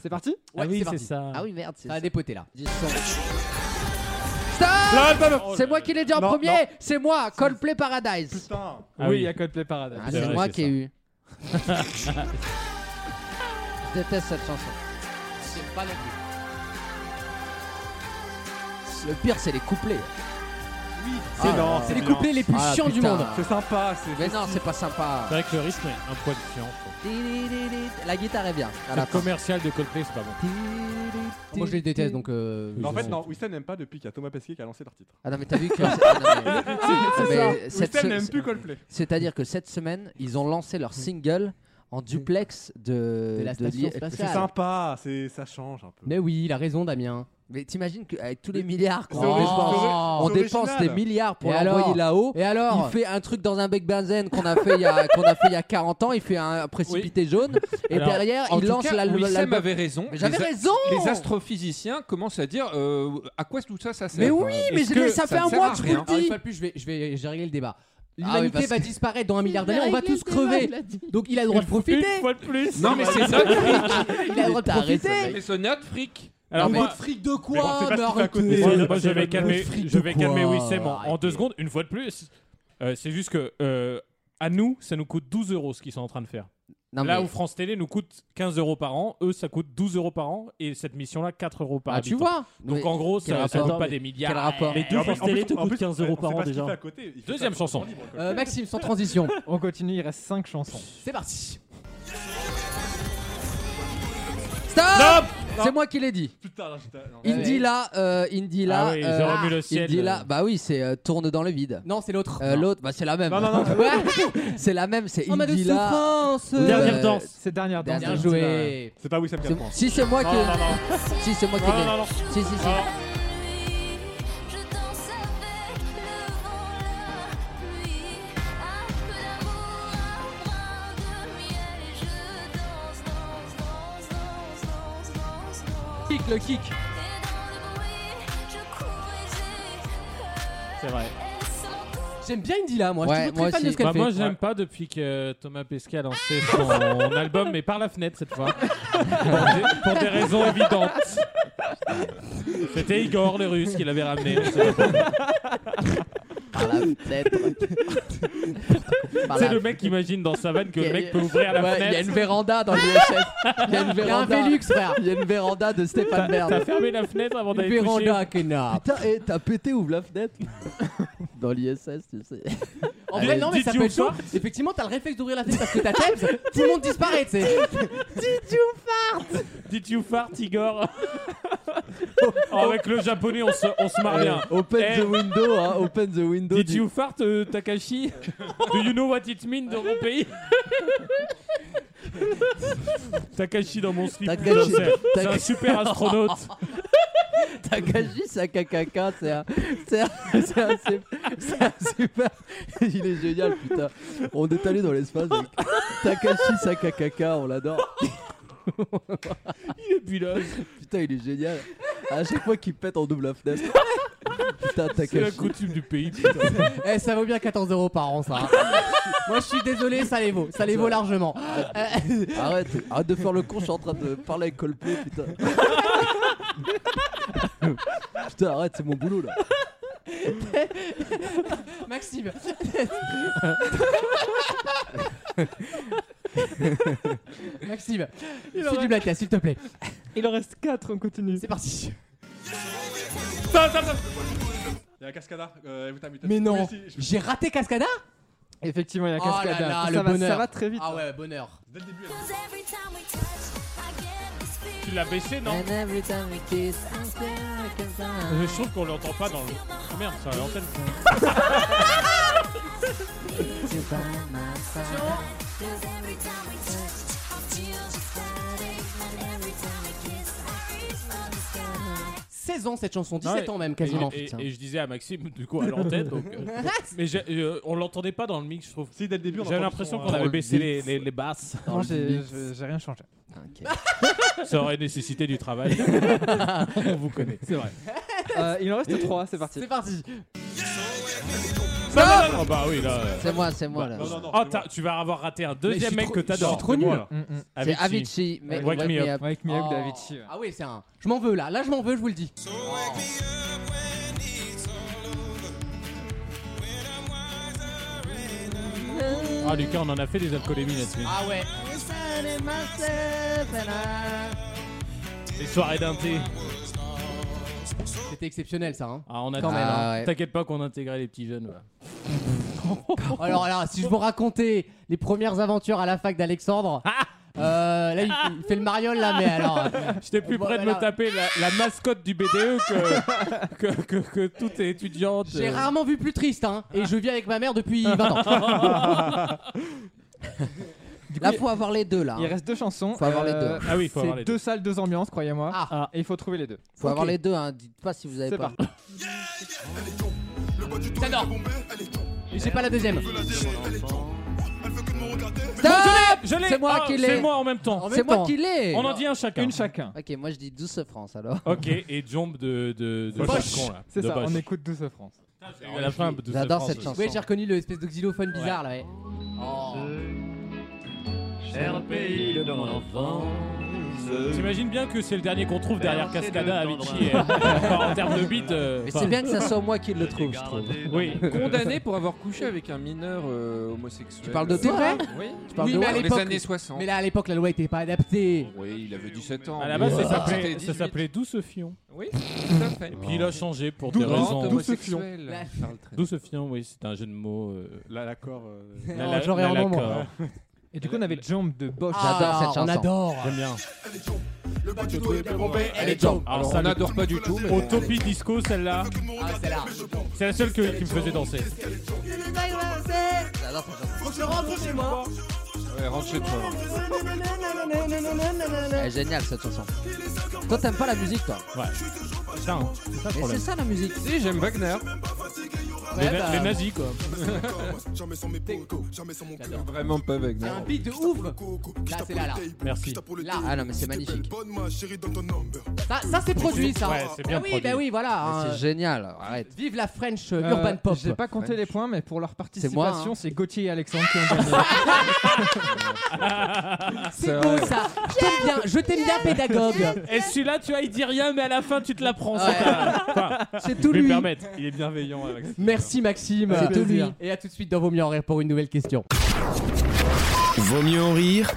Speaker 2: C'est parti
Speaker 5: Ouais,
Speaker 3: Ah oui,
Speaker 5: c'est
Speaker 3: c'est
Speaker 5: parti.
Speaker 3: ça.
Speaker 7: Ah oui, merde, c'est
Speaker 5: Ça a
Speaker 7: ça.
Speaker 5: dépoté là.
Speaker 7: Du son. Stop
Speaker 4: Oh
Speaker 7: C'est moi qui l'ai dit en
Speaker 6: Ah, Non,
Speaker 7: premier C'est moi, Coldplay Paradise.
Speaker 6: Putain.
Speaker 3: Ah
Speaker 2: oui,
Speaker 3: oui.
Speaker 2: il y a Coldplay Paradise.
Speaker 7: Ah,
Speaker 4: C'est
Speaker 7: c'est
Speaker 4: vrai,
Speaker 7: moi
Speaker 4: c'est
Speaker 7: qui ai
Speaker 4: ça.
Speaker 7: eu. Je déteste cette chanson.
Speaker 5: C'est pas non plus.
Speaker 7: Le pire, c'est les couplets.
Speaker 6: C'est
Speaker 7: Ah,
Speaker 6: non,
Speaker 7: là.
Speaker 5: C'est les
Speaker 6: non.
Speaker 5: couplets les plus
Speaker 7: Ah,
Speaker 5: chiants du
Speaker 7: putain.
Speaker 5: monde.
Speaker 6: C'est sympa, c'est.
Speaker 7: Mais non, c'est pas sympa.
Speaker 4: C'est vrai que le rythme est un poil chiant.
Speaker 7: La guitare est bien. à la
Speaker 4: Le
Speaker 7: fin.
Speaker 4: commercial de Coldplay, c'est pas bon.
Speaker 5: Moi je les déteste donc. euh,
Speaker 6: Mais en
Speaker 4: Oui,
Speaker 6: fait,
Speaker 4: c'est
Speaker 6: non, Wissem n'aime pas depuis qu'il y a Thomas Pesquet qui a lancé leur titre.
Speaker 7: Ah non, mais t'as vu que. Ah, non, mais- mais cette
Speaker 6: Wissem
Speaker 7: se-
Speaker 6: n'aime plus Coldplay.
Speaker 7: C'est-à-dire que cette semaine, ils ont lancé
Speaker 9: Mm.
Speaker 7: leur single en duplex de,
Speaker 5: De la
Speaker 7: de
Speaker 5: station
Speaker 7: li-
Speaker 6: C'est
Speaker 5: spatiale.
Speaker 6: sympa, c'est ça change un peu.
Speaker 5: Mais oui, il a raison Damien.
Speaker 7: Mais t'imagines qu'avec tous les milliards qu'on
Speaker 6: C'est ori-
Speaker 7: dépense,
Speaker 6: c'est ori-
Speaker 7: on
Speaker 6: c'est
Speaker 7: dépense des
Speaker 6: original.
Speaker 7: milliards pour
Speaker 5: Et
Speaker 7: l'envoyer
Speaker 5: alors
Speaker 7: là-haut.
Speaker 5: Et
Speaker 7: Il
Speaker 5: alors
Speaker 7: fait un truc dans un bec benzène qu'on a fait il y a qu'on a fait il y a 40 ans. Il fait un précipité jaune et
Speaker 4: Alors,
Speaker 7: derrière
Speaker 9: En
Speaker 7: il
Speaker 9: tout
Speaker 7: lance
Speaker 9: cas,
Speaker 7: la
Speaker 9: Wissem
Speaker 7: l'album.
Speaker 9: avait raison.
Speaker 7: Mais j'avais
Speaker 9: Les a-
Speaker 7: raison.
Speaker 9: Les astrophysiciens commencent à dire euh, à quoi tout ça ça sert.
Speaker 7: Mais
Speaker 9: quoi.
Speaker 7: oui,
Speaker 9: Est-ce
Speaker 7: mais j'ai-
Speaker 9: que
Speaker 7: ça fait
Speaker 9: ne
Speaker 7: un
Speaker 9: sert
Speaker 7: mois
Speaker 9: à
Speaker 7: que je vous
Speaker 9: rien
Speaker 7: le dis.
Speaker 5: Alors, une fois de plus, je vais, je vais, j'ai réglé le débat.
Speaker 7: Ah oui,
Speaker 5: L'humanité
Speaker 7: parce
Speaker 5: va
Speaker 7: que-
Speaker 5: disparaître dans un milliard d'années, on va tous crever. Donc il a le droit de
Speaker 4: Une
Speaker 5: profiter.
Speaker 4: fois de plus.
Speaker 9: Non mais c'est notre fric.
Speaker 5: Il a le droit de
Speaker 7: T'as raison,
Speaker 5: profiter.
Speaker 7: mec.
Speaker 9: Mais c'est notre fric.
Speaker 4: Alors,
Speaker 5: mais
Speaker 4: moi,
Speaker 5: de fric de
Speaker 6: Mais on
Speaker 5: quoi
Speaker 6: sait pas ce qu'il fait à côté.
Speaker 5: mais
Speaker 4: moi,
Speaker 5: arrêtez.
Speaker 4: je-
Speaker 3: c'est-
Speaker 4: moi, je
Speaker 3: c'est
Speaker 4: vais
Speaker 3: le
Speaker 4: calmer,
Speaker 5: fric
Speaker 4: je
Speaker 5: de
Speaker 4: vais
Speaker 5: quoi
Speaker 4: calmer Wissem en, en
Speaker 5: Arrêtez.
Speaker 4: deux secondes, une fois de plus. Euh, c'est juste que euh, à nous, ça nous coûte 12 euros ce qu'ils sont en train de faire.
Speaker 7: Non,
Speaker 4: Là
Speaker 7: mais-
Speaker 4: où France Télé nous coûte 15 euros par an, eux ça coûte 12 euros par an et cette mission-là 4 euros par
Speaker 7: Ah,
Speaker 4: habitant.
Speaker 7: tu vois
Speaker 4: Donc
Speaker 7: Mais
Speaker 4: en gros,
Speaker 7: quel
Speaker 4: ça, ça
Speaker 7: rapport
Speaker 4: coûte pas
Speaker 7: Mais
Speaker 4: des milliards.
Speaker 7: quel rapport
Speaker 3: Mais
Speaker 6: Et
Speaker 3: deux
Speaker 6: en plus-
Speaker 3: France Télé te
Speaker 6: en plus,
Speaker 3: coûte 15 euros
Speaker 6: on sait
Speaker 3: par
Speaker 6: pas
Speaker 3: an
Speaker 6: ce qu'il
Speaker 3: déjà.
Speaker 6: fait à côté. Il fait
Speaker 4: Deuxième
Speaker 6: ça pour
Speaker 4: chanson.
Speaker 6: son livre, quoi.
Speaker 5: Euh, Maxime, sans transition,
Speaker 2: On continue, il reste 5 chansons.
Speaker 5: c'est parti.
Speaker 7: Stop C'est moi qui l'ai dit.
Speaker 6: Putain, non, j'étais- non.
Speaker 7: Indy là, euh, Indy là.
Speaker 4: Ah oui,
Speaker 7: euh,
Speaker 4: ils ont remis le ciel.
Speaker 7: Indy là, bah oui, c'est euh, Tourne dans le vide.
Speaker 5: Non, c'est l'autre.
Speaker 7: Euh, L'autre, bah c'est la même.
Speaker 6: Non, non, non.
Speaker 7: Ouais, c'est la même, c'est
Speaker 5: On a Oh, de
Speaker 7: Indy là.
Speaker 5: souffrance.
Speaker 3: Dernière
Speaker 7: Euh,
Speaker 3: danse.
Speaker 2: C'est dernière danse.
Speaker 7: Dernière
Speaker 5: Bien
Speaker 2: de
Speaker 5: joué.
Speaker 6: C'est pas Wissam qui a
Speaker 7: C'est-
Speaker 6: le point.
Speaker 7: Si c'est moi
Speaker 4: Non,
Speaker 7: qui.
Speaker 4: non, non.
Speaker 7: Si c'est moi qui.
Speaker 4: Non, non, non,
Speaker 7: l'ai.
Speaker 4: non.
Speaker 7: Si si si.
Speaker 4: Non.
Speaker 10: Je danse avec le vent, la pluie, un peu d'amour, un brin de miel et je danse, danse, danse, danse, danse, danse, danse.
Speaker 5: Kick, le kick.
Speaker 10: Et dans le bruit, je cours et j'ai
Speaker 4: C'est vrai.
Speaker 10: peur. Elle s'entoure.
Speaker 5: J'aime bien Indy là, moi.
Speaker 7: Ouais,
Speaker 5: je suis toujours
Speaker 7: moi
Speaker 5: très fan de
Speaker 7: aussi.
Speaker 5: ce qu'elle
Speaker 4: Bah,
Speaker 5: fait.
Speaker 4: moi, j'aime pas depuis que Thomas Pesquet a lancé son album, mais par la fenêtre cette fois. pour, des, pour des raisons évidentes. C'était Igor le russe qui l'avait ramené.
Speaker 7: Par la fenêtre. Par
Speaker 4: C'est
Speaker 7: la-
Speaker 4: le mec qui imagine dans sa vanne que le mec peut ouvrir la
Speaker 7: Ouais, il y a
Speaker 4: fenêtre.
Speaker 7: une véranda dans l'USS. Il y a une
Speaker 5: Il y a un
Speaker 7: véranda.
Speaker 5: Velux, frère.
Speaker 7: Il y a une véranda de Stéphane
Speaker 4: T'as
Speaker 7: Bern.
Speaker 4: fermé la fenêtre avant
Speaker 5: Une
Speaker 4: d'aller coucher.
Speaker 5: véranda, connard.
Speaker 7: Putain, eh, t'as pété, ouvre la fenêtre. Dans l'ISS, tu sais.
Speaker 5: En
Speaker 7: Allez,
Speaker 5: vrai, non, mais ça
Speaker 4: dites-y
Speaker 5: peut
Speaker 4: ou
Speaker 5: être chaud. Effectivement, t'as le réflexe d'ouvrir la fenêtre parce que t'as Thames. Tout le monde disparaît, tu sais.
Speaker 4: Did you fart, Igor Oh, Avec le japonais, on se, on se marre bien.
Speaker 7: Euh, Open
Speaker 4: Eh.
Speaker 7: the window, hein, open the window.
Speaker 4: Did
Speaker 7: du-
Speaker 4: you fart, euh, Takashi Do you know what it means dans mon pays Takashi dans mon slip. putain,
Speaker 7: Takashi-
Speaker 4: c'est- C'est un
Speaker 7: Takashi-
Speaker 4: super astronaute.
Speaker 7: Takashi Sakakaka, c'est un. C'est un. C'est un, c'est- c'est un super. Il est génial, putain. On est allé dans l'espace avec Takashi Sakakaka, on l'adore.
Speaker 4: Il est pilote.
Speaker 7: Putain, il est génial. À chaque fois qu'il pète, on double la fenêtre. Putain,
Speaker 4: C'est la
Speaker 7: Takashi.
Speaker 4: coutume du pays. putain.
Speaker 5: Eh, ça vaut bien 14 euros par an, ça. hein. Moi, je suis désolé, ça les vaut. Ça les vaut largement. Euh,
Speaker 7: Arrête, arrête de faire le con, je suis en train de parler avec Coldplay, putain. putain, arrête, c'est mon boulot là.
Speaker 5: Maxime. Maxime, fais du blackout, s'il te plaît.
Speaker 2: Il en reste 4, on continue.
Speaker 5: C'est parti.
Speaker 6: Il y a Cascada. euh, Every Time You Touch
Speaker 5: Mais
Speaker 6: Me.
Speaker 5: non,
Speaker 6: Si, si, je-
Speaker 5: j'ai raté Cascada
Speaker 2: Effectivement, il y a
Speaker 5: Oh là
Speaker 2: Cascada.
Speaker 5: là,
Speaker 2: ça,
Speaker 5: le
Speaker 2: va,
Speaker 5: bonheur.
Speaker 2: ça va très vite.
Speaker 5: Ah ouais, bonheur.
Speaker 6: Dès le début, elle-
Speaker 10: Cause every time we touch, I get this feeling.
Speaker 4: Tu l'as baissé, non Je trouve qu'on l'entend pas dans le. Ah merde, c'est à l'antenne.
Speaker 10: Cause every time we touch, I feel just static. And every time we kiss, I reach for the sky.
Speaker 5: 16 ans cette chanson,
Speaker 4: Non,
Speaker 5: 17
Speaker 4: et-
Speaker 5: ans même quasiment.
Speaker 4: Et,
Speaker 5: Putain.
Speaker 4: et- et je disais à Maxime, du coup, à l'antenne. donc, euh, Mais j'ai- euh, on l'entendait pas dans le mix, je trouve.
Speaker 6: Si, dès le début, on
Speaker 4: J'avais
Speaker 6: entend
Speaker 4: l'impression
Speaker 6: son,
Speaker 4: qu'on
Speaker 6: euh,
Speaker 4: avait baissé les, les- les basses.
Speaker 2: Non, j'ai j'ai- j'ai rien changé.
Speaker 5: Ah,
Speaker 4: Ça aurait nécessité du travail. on vous connaît, c'est vrai.
Speaker 2: Euh, il en reste 3, c'est parti.
Speaker 5: C'est parti.
Speaker 4: Non, non, non, non, bah oui, là. euh.
Speaker 7: C'est moi, c'est moi là.
Speaker 6: Non, non, non.
Speaker 4: Oh,
Speaker 6: c'est
Speaker 4: t'as-
Speaker 6: moi.
Speaker 4: tu vas avoir raté un
Speaker 5: Mais je
Speaker 4: deuxième
Speaker 5: suis
Speaker 4: mec
Speaker 5: trop-
Speaker 4: que
Speaker 5: je suis
Speaker 4: t'adores.
Speaker 5: trop
Speaker 4: C'est moi,
Speaker 5: nul.
Speaker 4: là.
Speaker 2: Mm, mm.
Speaker 7: C'est
Speaker 4: Avicii.
Speaker 7: Avicii. mais-
Speaker 4: Wake me up.
Speaker 2: Avec Miyagi
Speaker 5: Oh.
Speaker 2: d'Avicii. ouais.
Speaker 5: Ah oui, c'est un. Je m'en veux là, là je m'en veux, je vous le dis.
Speaker 4: Ah, Lucas, on en a fait des alcoolémies là-dessus.
Speaker 5: Ah ouais.
Speaker 4: Les soirées d'un thé.
Speaker 5: C'était exceptionnel ça. Hein.
Speaker 4: Ah, on a
Speaker 5: Quand même,
Speaker 7: hein. ouais.
Speaker 4: T'inquiète pas qu'on intégrait les petits jeunes. ouais.
Speaker 5: Alors Oh là, si je vous racontais les premières aventures à la fac d'Alexandre.
Speaker 4: Ah
Speaker 5: euh, là, il, il fait le mariole là, mais alors.
Speaker 4: J'étais plus
Speaker 5: Bon,
Speaker 4: près de
Speaker 5: voilà.
Speaker 4: me taper la, la mascotte du BDE que, que, que, que toute étudiante.
Speaker 5: J'ai
Speaker 4: euh,
Speaker 5: rarement vu plus triste, hein. Et je vis avec ma mère depuis 20 ans.
Speaker 7: Là, faut avoir les deux
Speaker 5: Ah.
Speaker 7: là.
Speaker 2: Il
Speaker 7: hein.
Speaker 2: reste deux chansons.
Speaker 7: Faut avoir les deux.
Speaker 4: Ah oui, faut avoir
Speaker 2: C'est
Speaker 4: les
Speaker 2: deux salles, deux ambiances, croyez-moi.
Speaker 5: Ah.
Speaker 2: Et il faut trouver les deux.
Speaker 7: Faut avoir les deux, hein. Dites pas si vous avez
Speaker 2: C'est
Speaker 7: pas.
Speaker 5: J'adore. Et J'ai pas la deuxième.
Speaker 7: Stop
Speaker 4: Je l'ai
Speaker 7: C'est moi
Speaker 4: Ah,
Speaker 7: qui l'ai.
Speaker 4: C'est moi en même temps.
Speaker 5: En même
Speaker 7: C'est moi
Speaker 5: temps.
Speaker 7: qui l'ai.
Speaker 4: On en dit un chacun.
Speaker 2: Une chacun.
Speaker 7: Ok, moi je dis 12 francs alors.
Speaker 4: Ok, et Jump de. de, de
Speaker 5: Bosch.
Speaker 4: Chacon, là.
Speaker 2: C'est
Speaker 4: De
Speaker 2: ça,
Speaker 4: Bosch.
Speaker 2: on écoute douce France.
Speaker 4: À la fin, de
Speaker 7: J'adore
Speaker 4: France,
Speaker 7: cette
Speaker 4: euh,
Speaker 7: chanson.
Speaker 5: Oui, j'ai reconnu le espèce de xylophone bizarre là. ouais. Oh.
Speaker 2: Je
Speaker 11: cher pays de mon enfance.
Speaker 4: T'imagines bien que c'est le dernier qu'on trouve derrière
Speaker 11: Bercé de
Speaker 4: Cascada,
Speaker 11: tendresse.
Speaker 4: Avicii. et- euh, enfin, en termes de beat. euh,
Speaker 7: Mais c'est bien que ça soit moi qui le trouve, je trouve.
Speaker 4: Oui.
Speaker 9: Condamné pour avoir couché avec un mineur euh, homosexuel.
Speaker 7: Tu parles de toi,
Speaker 5: vrai
Speaker 7: hein
Speaker 9: Oui.
Speaker 5: Tu parles
Speaker 7: Oui,
Speaker 5: de ouais,
Speaker 7: mais à
Speaker 5: à
Speaker 9: les
Speaker 5: l'époque-
Speaker 9: années 60.
Speaker 5: Mais là, à l'époque, la loi était pas adaptée.
Speaker 9: Oui, il avait 17 ans.
Speaker 4: À la base,
Speaker 9: mais
Speaker 4: ça s'appelait-
Speaker 9: c'était
Speaker 4: ça s'appelait Douce Fion.
Speaker 9: Oui, tout à fait.
Speaker 4: Et puis il a changé pour
Speaker 9: Douce-
Speaker 4: des raisons.
Speaker 9: Douce Fion. Charles Trenet.
Speaker 4: Douce Fion, oui, c'est un jeu de mots. euh,
Speaker 6: Là, l'accord. euh,
Speaker 4: la-
Speaker 2: Non,
Speaker 4: la-
Speaker 2: j'aurais
Speaker 4: la-
Speaker 2: un moment.
Speaker 4: l'accord.
Speaker 2: Et du coup, on avait Jump de Bosch.
Speaker 7: J'adore cette chanson.
Speaker 5: Ah, On adore.
Speaker 4: J'aime bien.
Speaker 11: Le bas du dos est bien bombé, elle est
Speaker 7: jump.
Speaker 9: Alors,
Speaker 4: ça,
Speaker 9: on
Speaker 4: le-
Speaker 9: n'adore pas du tout. Mais
Speaker 4: Au topi disco, celle-là,
Speaker 5: Ah, c'est là.
Speaker 4: c'est la seule que- qui me faisait danser.
Speaker 7: J'adore cette chanson.
Speaker 9: Ouais, rentre euh, chez toi.
Speaker 7: Elle est géniale cette chanson. Toi, t'aimes pas la musique, toi
Speaker 4: Putain, hein, c'est ça le
Speaker 7: Mais c'est
Speaker 4: problème.
Speaker 7: ça la musique.
Speaker 9: Si, j'aime Wagner.
Speaker 4: Les,
Speaker 7: Ouais,
Speaker 4: na-
Speaker 7: bah,
Speaker 4: les nazis, quoi.
Speaker 9: J'aime Vraiment pas
Speaker 5: C'est
Speaker 9: Wagner.
Speaker 5: un beat de ouf. Là, c'est là, là.
Speaker 4: Merci.
Speaker 7: Là, ah non, mais c'est magnifique.
Speaker 5: Ça, ça, c'est produit, ça.
Speaker 4: Ouais, c'est bien
Speaker 5: Ah oui,
Speaker 4: produit.
Speaker 5: bah oui, voilà.
Speaker 7: Mais
Speaker 5: hein.
Speaker 7: C'est génial, arrête.
Speaker 5: Vive la French euh,
Speaker 2: Euh,
Speaker 5: Urban Pop.
Speaker 2: J'ai pas compté
Speaker 9: French.
Speaker 2: les points, mais pour leur
Speaker 7: moi, hein.
Speaker 2: participation, c'est Gauthier et Alexandre qui ont gagné.
Speaker 9: C'est
Speaker 5: C'est beau
Speaker 9: vrai.
Speaker 5: Oh, ça. Je t'aime bien, je t'aime bien, pédagogue.
Speaker 4: Et celui-là, tu vois, il dit rien, mais à la fin, tu te la prends.
Speaker 7: Ouais.
Speaker 5: C'est
Speaker 4: Je
Speaker 5: tout
Speaker 4: vais me
Speaker 5: lui.
Speaker 4: permettre.
Speaker 6: Il est bienveillant avec
Speaker 5: Merci Maxime.
Speaker 2: C'est tout lui.
Speaker 5: Et à tout de suite dans Vos mieux en rire pour une nouvelle question.
Speaker 1: Vaut mieux en rire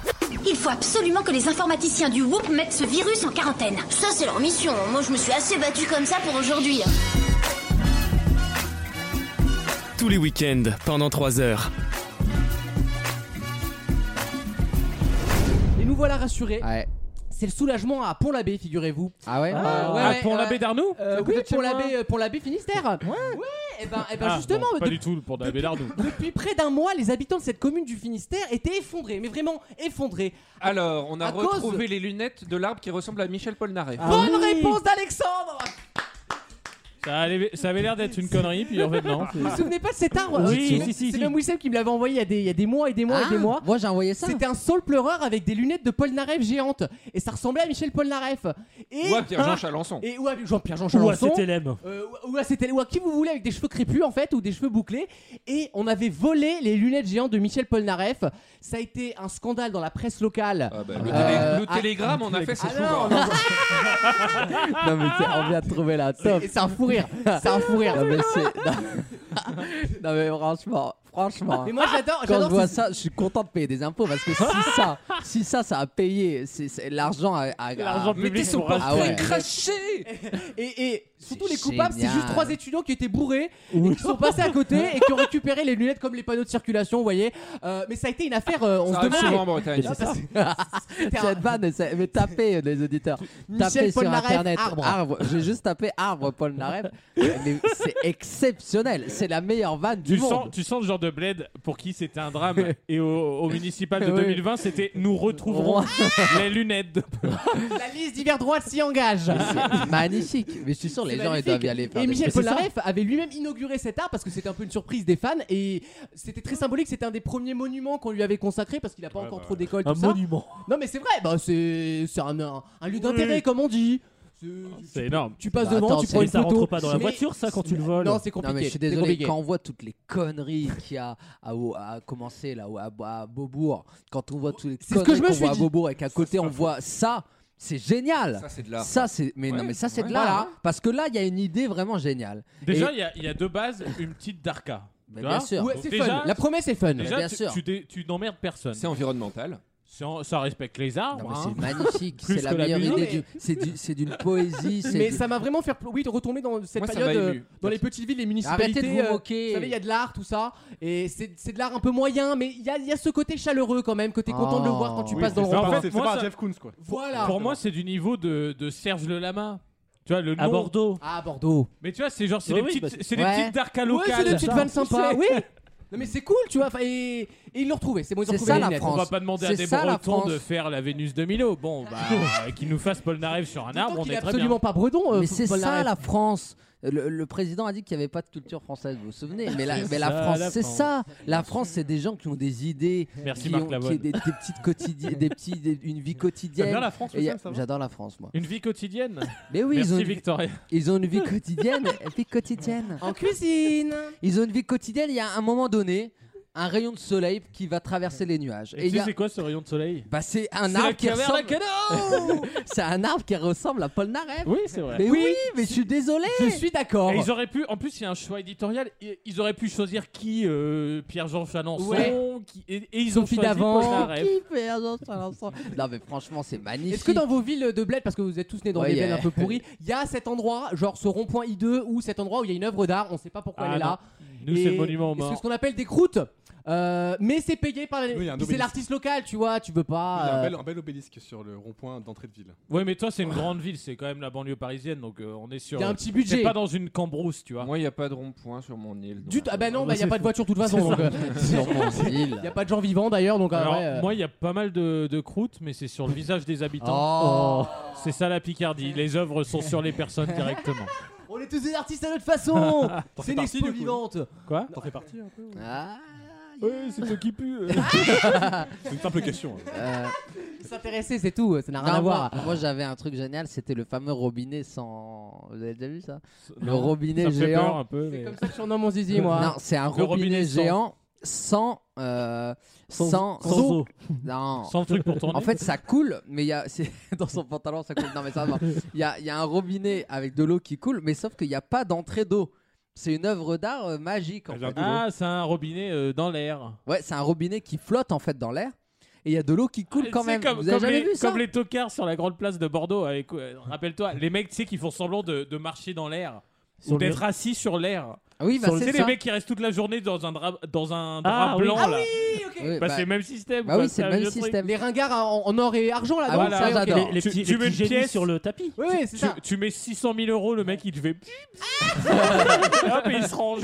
Speaker 10: Il faut absolument que les informaticiens du WHOOP mettent ce virus en quarantaine.
Speaker 12: Ça, c'est leur mission. Moi, je me suis assez battue comme ça pour aujourd'hui. hein.
Speaker 1: tous les week-ends pendant 3 heures.
Speaker 5: Et nous voilà rassurés.
Speaker 7: Ouais.
Speaker 5: C'est le soulagement à Pont-l'Abbé, figurez-vous.
Speaker 7: Ah ouais
Speaker 5: Ah, ouais,
Speaker 4: Ah,
Speaker 5: ouais,
Speaker 4: pour
Speaker 5: ouais.
Speaker 4: l'abbé d'Arnoux
Speaker 5: Euh, oui,
Speaker 2: côté de chez moi.
Speaker 5: Pont-l'Abbé, euh, Pont-l'Abbé Finistère. Ouais. et ben, et ben
Speaker 4: Ah,
Speaker 5: justement,
Speaker 4: bon, pas
Speaker 5: de-
Speaker 4: du tout pour l'abbé d'Arnoux.
Speaker 5: depuis près d'un mois, les habitants de cette commune du Finistère étaient effondrés, mais vraiment effondrés.
Speaker 9: Alors, on a
Speaker 5: À cause- Ah.
Speaker 9: retrouvé les lunettes de l'arbre qui ressemble à Michel Polnareff.
Speaker 7: Ah
Speaker 5: Bonne réponse d'Alexandre.
Speaker 4: Ça, allait- ça avait l'air d'être une connerie, puis en fait, non. c'est-
Speaker 5: Vous vous souvenez pas de cet arbre
Speaker 4: Oui,
Speaker 5: C'est
Speaker 4: si,
Speaker 5: même-
Speaker 4: si, si,
Speaker 5: C'est
Speaker 4: si.
Speaker 5: même Wissem qui me l'avait envoyé il y, a des, il y a des mois et des mois
Speaker 7: Ah,
Speaker 5: et des mois.
Speaker 7: Moi, j'ai envoyé ça.
Speaker 5: C'était un saul pleureur avec des lunettes de Polnareff géantes. Et ça ressemblait à Michel Polnareff. Et,
Speaker 9: Ou à Pierre-Jean Chalençon.
Speaker 5: et ou à Jean-Pierre Jean
Speaker 3: Ou à
Speaker 5: Chalençon.
Speaker 3: CTLM.
Speaker 5: euh, ou, à CTL, ou à qui vous voulez avec des cheveux crépus en fait ou des cheveux bouclés et on avait volé les lunettes géantes de Michel Polnareff ça a été un scandale dans la presse locale
Speaker 9: Ah bah, le,
Speaker 5: Euh,
Speaker 9: télé- le
Speaker 5: ah,
Speaker 9: télégramme, on a fait ça
Speaker 5: ah
Speaker 9: souvent.
Speaker 5: non, non,
Speaker 7: Non, mais c'est- on vient de trouver la top.
Speaker 5: et c'est un fou rire c'est un fou rire
Speaker 7: Non, Ah, mais c'est- non. Non, mais franchement, franchement.
Speaker 5: Ah, mais moi j'adore
Speaker 7: Quand je
Speaker 5: j'adore
Speaker 7: vois
Speaker 5: ces-
Speaker 7: ça, je suis content de payer des impôts parce que si ça, si ça, ça a payé, c'est c'est- l'argent a, a- a-
Speaker 4: L'argent
Speaker 9: Mais
Speaker 4: public
Speaker 9: t'es son
Speaker 4: pour racheter.
Speaker 7: Ah ouais.
Speaker 9: craché
Speaker 5: Et, et surtout
Speaker 7: C'est
Speaker 5: les coupables, c'est
Speaker 7: génial.
Speaker 5: juste trois étudiants qui étaient bourrés et qui sont passés à côté et qui ont récupéré les lunettes comme les panneaux de circulation, vous voyez. Euh, mais ça a été une affaire, euh, on
Speaker 9: Ça
Speaker 5: se
Speaker 9: arrive souvent
Speaker 5: demande.
Speaker 9: en Bretagne.
Speaker 5: Non, parce que c'était un-
Speaker 7: Cette vanne, c'est- mais tapez euh, les auditeurs.
Speaker 5: Michel
Speaker 7: Tapez sur
Speaker 5: Polnareff,
Speaker 7: internet
Speaker 5: arbre.
Speaker 7: J'ai juste tapé arbre Polnareff. mais c'est exceptionnel. C'est la meilleure vanne du
Speaker 4: Tu sens,
Speaker 7: monde.
Speaker 4: tu sens le genre de bled pour qui c'était un drame et au, au municipal de
Speaker 7: Oui.
Speaker 4: 2020 c'était nous retrouverons les lunettes de
Speaker 5: la liste d'hiver droite s'y engage.
Speaker 7: Magnifique. Mais je suis sûr, les
Speaker 5: C'est
Speaker 7: gens ils
Speaker 5: magnifique.
Speaker 7: doivent y aller. faire
Speaker 5: Et
Speaker 7: des-
Speaker 5: Michel
Speaker 7: Mais c'est ça.
Speaker 5: Polnareff avait lui-même inauguré cet art parce que c'était un peu une surprise des fans et c'était très symbolique. C'était un des premiers monuments qu'on lui avait consacré parce qu'il n'a pas
Speaker 6: Ouais,
Speaker 5: encore
Speaker 6: bah
Speaker 5: trop
Speaker 6: ouais.
Speaker 5: d'école.
Speaker 3: Un
Speaker 5: tout ça.
Speaker 3: monument.
Speaker 5: Non, mais c'est vrai, bah, c'est c'est un, un- un lieu
Speaker 3: Oui.
Speaker 5: d'intérêt, comme on dit. C'est-
Speaker 4: C'est énorme.
Speaker 5: Tu passes
Speaker 7: Bah,
Speaker 5: devant,
Speaker 7: attends,
Speaker 5: tu
Speaker 7: c'est-
Speaker 5: prends
Speaker 3: Mais
Speaker 5: une
Speaker 3: ça
Speaker 5: photo.
Speaker 3: rentre pas dans la
Speaker 5: Mais-
Speaker 3: voiture, ça, quand tu le voles.
Speaker 5: Non, c'est compliqué.
Speaker 7: Non mais je suis
Speaker 5: c'est
Speaker 7: désolé,
Speaker 5: compliqué.
Speaker 7: quand on voit toutes les conneries qu'il y a à, à, à commencer là, à, à Beaubourg, quand on voit toutes les
Speaker 5: C'est ce
Speaker 7: conneries
Speaker 5: que je me
Speaker 7: qu'on
Speaker 5: suis
Speaker 7: voit à
Speaker 5: dit.
Speaker 7: Beaubourg et qu'à côté on voit ça, c'est génial.
Speaker 9: Ça, c'est de l'art.
Speaker 7: Ça c'est mais non
Speaker 9: Ouais,
Speaker 7: mais ça c'est de
Speaker 9: ouais.
Speaker 7: l'art hein. parce que là il y a une idée vraiment géniale.
Speaker 4: Déjà, il y a- il y, a de base une petite Darka. Tu
Speaker 7: Bah, bien
Speaker 4: vois
Speaker 7: sûr. Bah,
Speaker 5: Ouais,
Speaker 4: Donc
Speaker 5: c'est
Speaker 4: déjà-
Speaker 5: fun. La promesse est fun.
Speaker 4: Déjà,
Speaker 7: bien
Speaker 4: tu,
Speaker 7: sûr.
Speaker 4: tu dé- tu n'emmerdes personne.
Speaker 9: C'est environnemental.
Speaker 4: C'est en- ça respecte les arbres.
Speaker 7: Non, mais
Speaker 4: hein.
Speaker 7: c'est magnifique,
Speaker 4: Plus
Speaker 7: c'est la
Speaker 4: que la
Speaker 7: meilleure
Speaker 4: musique.
Speaker 7: idée du c'est du c'est d'une poésie, c'est
Speaker 5: Mais
Speaker 7: du-
Speaker 5: ça m'a vraiment fait oui, de retomber dans cette
Speaker 9: Moi, ça
Speaker 5: période
Speaker 9: m'a
Speaker 5: euh,
Speaker 9: ému.
Speaker 5: dans les petites villes, les
Speaker 7: Arrêtez
Speaker 5: municipalités.
Speaker 7: de vous
Speaker 5: euh, vous
Speaker 7: moquer.
Speaker 5: savez, il y a de l'art, tout ça, et c'est c'est de l'art un peu moyen, mais il y a, il y a ce côté chaleureux quand même, que t'es content de le voir quand tu
Speaker 7: Oh.
Speaker 5: passes dans le
Speaker 4: c'est ça.
Speaker 5: rond.
Speaker 4: En
Speaker 6: En
Speaker 4: fait,
Speaker 6: fait, Ah, c'est
Speaker 4: moi,
Speaker 6: pas
Speaker 4: ça-
Speaker 6: Jeff Koons, quoi.
Speaker 5: Voilà.
Speaker 4: Pour moi, c'est du niveau de, de Serge le Lama. Tu vois, le
Speaker 3: À
Speaker 4: nom-
Speaker 3: Bordeaux.
Speaker 5: Ah Bordeaux.
Speaker 4: Mais tu vois, c'est genre, c'est
Speaker 3: Oui,
Speaker 4: des
Speaker 3: oui,
Speaker 4: petites,
Speaker 3: bah, c'est-
Speaker 4: c'est des
Speaker 7: Ouais.
Speaker 4: petites Darka
Speaker 5: Ouais, c'est
Speaker 4: locales.
Speaker 5: des petites
Speaker 4: Ça.
Speaker 5: vannes sympas. Oui. Non mais c'est cool, tu vois. enfin, Et, et ils l'ont retrouvé. C'est bon, ils ont
Speaker 7: C'est
Speaker 5: retrouvé
Speaker 7: ça,
Speaker 5: les
Speaker 7: la
Speaker 5: lunettes.
Speaker 7: France.
Speaker 4: On va pas demander à
Speaker 7: C'est
Speaker 4: des
Speaker 7: ça, la
Speaker 4: Bretons de
Speaker 7: France.
Speaker 4: faire la Vénus de Milo. Bon, bah, euh, qu'ils nous fassent Polnareff sur un
Speaker 5: D'autant
Speaker 4: arbre, on
Speaker 5: qu'il est
Speaker 4: est très
Speaker 5: absolument
Speaker 4: bien.
Speaker 5: pas bredon. euh,
Speaker 7: mais c'est
Speaker 5: Paul
Speaker 7: ça
Speaker 5: Naref.
Speaker 7: la France. Le, le président a dit qu'il n'y avait pas de culture française, vous vous souvenez Mais la,
Speaker 4: C'est
Speaker 7: mais la
Speaker 4: ça,
Speaker 7: France,
Speaker 4: la
Speaker 7: c'est
Speaker 4: France.
Speaker 7: ça. La France, c'est des gens qui ont des idées,
Speaker 4: Merci,
Speaker 7: qui
Speaker 4: Marc
Speaker 7: ont qui
Speaker 4: Lavoine.
Speaker 7: ont des, des petites quotidiennes, des petits, des- une vie
Speaker 6: T'aimes
Speaker 7: quotidienne.
Speaker 6: bien la France,
Speaker 7: Et y a-
Speaker 6: Wissem, ça va
Speaker 7: J'adore la France, moi.
Speaker 4: Une vie quotidienne.
Speaker 7: Mais oui, ils ont,
Speaker 4: Merci,
Speaker 7: une,
Speaker 4: Victoria.
Speaker 7: ils ont une vie quotidienne. vie quotidienne.
Speaker 5: En cuisine.
Speaker 7: Ils ont une vie quotidienne. Il y a un moment donné, un rayon de soleil qui va traverser les nuages.
Speaker 4: Et
Speaker 7: il y
Speaker 4: tu
Speaker 7: a-
Speaker 4: sais quoi ce rayon de soleil
Speaker 7: bah, c'est un
Speaker 4: C'est
Speaker 7: arbre
Speaker 4: la
Speaker 7: qui
Speaker 4: caverne à
Speaker 7: ressemble. c'est un arbre qui ressemble à Polnareff.
Speaker 4: Oui, c'est vrai.
Speaker 7: Mais oui, mais je suis désolé.
Speaker 5: Je suis d'accord.
Speaker 4: Et ils auraient pu, en plus, il y a un choix éditorial. i- Ils auraient pu choisir qui euh, Pierre-Jean Chanançon,
Speaker 5: Ouais.
Speaker 4: qui- et, et ils
Speaker 5: Sophie
Speaker 4: ont choisi
Speaker 5: Davant.
Speaker 4: Paul Naref.
Speaker 7: Qui fait un genre sur l'ensemble Non mais franchement, c'est magnifique.
Speaker 5: Est-ce que dans vos villes de bled, parce que vous êtes tous nés dans
Speaker 7: Ouais,
Speaker 5: des
Speaker 7: y a-
Speaker 5: bleds un peu pourris, il y a cet endroit, genre ce rond-point I2, ou cet endroit où il y a une œuvre d'art, on sait pas pourquoi
Speaker 4: Ah
Speaker 5: elle est là.
Speaker 4: Nous, c'est
Speaker 5: Et-
Speaker 4: le monument aux
Speaker 5: et C'est
Speaker 4: morts.
Speaker 5: ce qu'on appelle des croûtes. Euh, mais c'est payé par les...
Speaker 6: Oui, il y a un
Speaker 5: puis c'est
Speaker 6: obélisque.
Speaker 5: l'artiste local, tu vois, tu veux
Speaker 6: Il y a
Speaker 5: pas.
Speaker 6: un
Speaker 5: euh,
Speaker 6: bel, un bel obélisque sur le rond-point d'entrée de ville.
Speaker 4: Ouais, mais toi, c'est une grande ville, c'est quand même la banlieue parisienne, donc euh, on est sur.
Speaker 5: Il y a un petit budget.
Speaker 4: C'est pas dans une cambrousse, tu vois.
Speaker 9: Moi, il n'y a pas de rond-point sur mon île. euh.
Speaker 5: Du
Speaker 7: ben,
Speaker 5: t- Ah bah non, bah, il n'y a pas de voiture de toute façon.
Speaker 4: C'est
Speaker 5: donc, euh,
Speaker 7: Sur mon île.
Speaker 5: Il n'y a pas de gens vivants d'ailleurs, donc
Speaker 4: Alors,
Speaker 5: ouais, euh, hein.
Speaker 4: moi, il y a pas mal de, de croûtes, mais c'est sur le visage des habitants.
Speaker 7: Oh.
Speaker 4: C'est ça la Picardie. Les œuvres sont sur les personnes directement.
Speaker 5: on est tous des artistes à notre façon.
Speaker 4: T'en fais
Speaker 5: c'est une
Speaker 4: partie,
Speaker 5: expo
Speaker 4: du coup.
Speaker 5: vivante.
Speaker 4: Quoi T'en fais partie
Speaker 7: Ah,
Speaker 4: Ouais, c'est toi qui pue.
Speaker 6: C'est une simple question. hein.
Speaker 7: euh,
Speaker 5: S'intéresser, c'est tout. Ça n'a rien
Speaker 7: non,
Speaker 5: à
Speaker 7: moi,
Speaker 5: voir.
Speaker 7: moi, j'avais un truc génial, c'était le fameux robinet sans. Vous avez déjà vu ça Le
Speaker 4: Non,
Speaker 7: robinet
Speaker 4: ça me fait peur
Speaker 7: géant.
Speaker 4: un peu. mais-
Speaker 5: C'est comme ça que je surnomme mon zizi, moi.
Speaker 7: Non, c'est un
Speaker 4: Le robinet
Speaker 7: robinet
Speaker 4: sans-
Speaker 7: géant sans. euh, sans,
Speaker 3: Sans eau.
Speaker 7: Non.
Speaker 4: Sans le truc pour tourner.
Speaker 7: En fait, ça coule, mais il y a c'est- dans son pantalon, ça coule. Non, mais ça va. Il y a, il y a un robinet avec de l'eau qui coule, mais sauf qu'il n'y a pas d'entrée d'eau. C'est une œuvre d'art euh, magique. En
Speaker 6: Elle vient
Speaker 7: fait.
Speaker 6: d'où
Speaker 4: ah, c'est un robinet euh, dans l'air.
Speaker 7: Ouais, c'est un robinet qui flotte en fait dans l'air, et il y a de l'eau qui coule
Speaker 4: Ah,
Speaker 7: quand
Speaker 4: c'est
Speaker 7: même.
Speaker 4: Comme,
Speaker 7: Vous avez
Speaker 4: comme
Speaker 7: jamais
Speaker 4: les,
Speaker 7: vu ça
Speaker 4: comme les tocards sur la grande place de Bordeaux. avec- euh, Rappelle-toi, les mecs, tu sais, qui font semblant de, de marcher dans l'air.
Speaker 3: Sur
Speaker 4: Ou
Speaker 3: le-
Speaker 4: d'être assis sur l'air.
Speaker 7: Ah Oui, bah,
Speaker 4: Tu sais,
Speaker 7: c'est
Speaker 4: les
Speaker 7: ça.
Speaker 4: mecs qui restent toute la journée dans un drap, dans un
Speaker 3: Ah,
Speaker 4: drap
Speaker 3: oui.
Speaker 4: blanc,
Speaker 3: Ah
Speaker 4: là.
Speaker 7: Oui,
Speaker 4: Bah,
Speaker 7: bah,
Speaker 4: c'est le même système.
Speaker 7: bah
Speaker 4: quoi,
Speaker 7: oui, c'est le
Speaker 4: un
Speaker 7: même
Speaker 4: vieux truc.
Speaker 7: système.
Speaker 5: Les ringards en, en or et argent là.
Speaker 7: Ah
Speaker 5: donc,
Speaker 7: oui,
Speaker 4: voilà,
Speaker 7: ça
Speaker 5: ouais, ok.
Speaker 7: j'adore.
Speaker 4: Les Tu-
Speaker 3: petits,
Speaker 4: tu
Speaker 3: les
Speaker 4: mets
Speaker 3: petits
Speaker 4: une
Speaker 3: génies
Speaker 4: pièce-
Speaker 3: sur le tapis.
Speaker 5: Oui, oui, c'est
Speaker 4: Tu,
Speaker 5: ça.
Speaker 4: tu mets 600 000 euros, le mec il te fait.
Speaker 7: Ah.
Speaker 4: Hop, et il se range.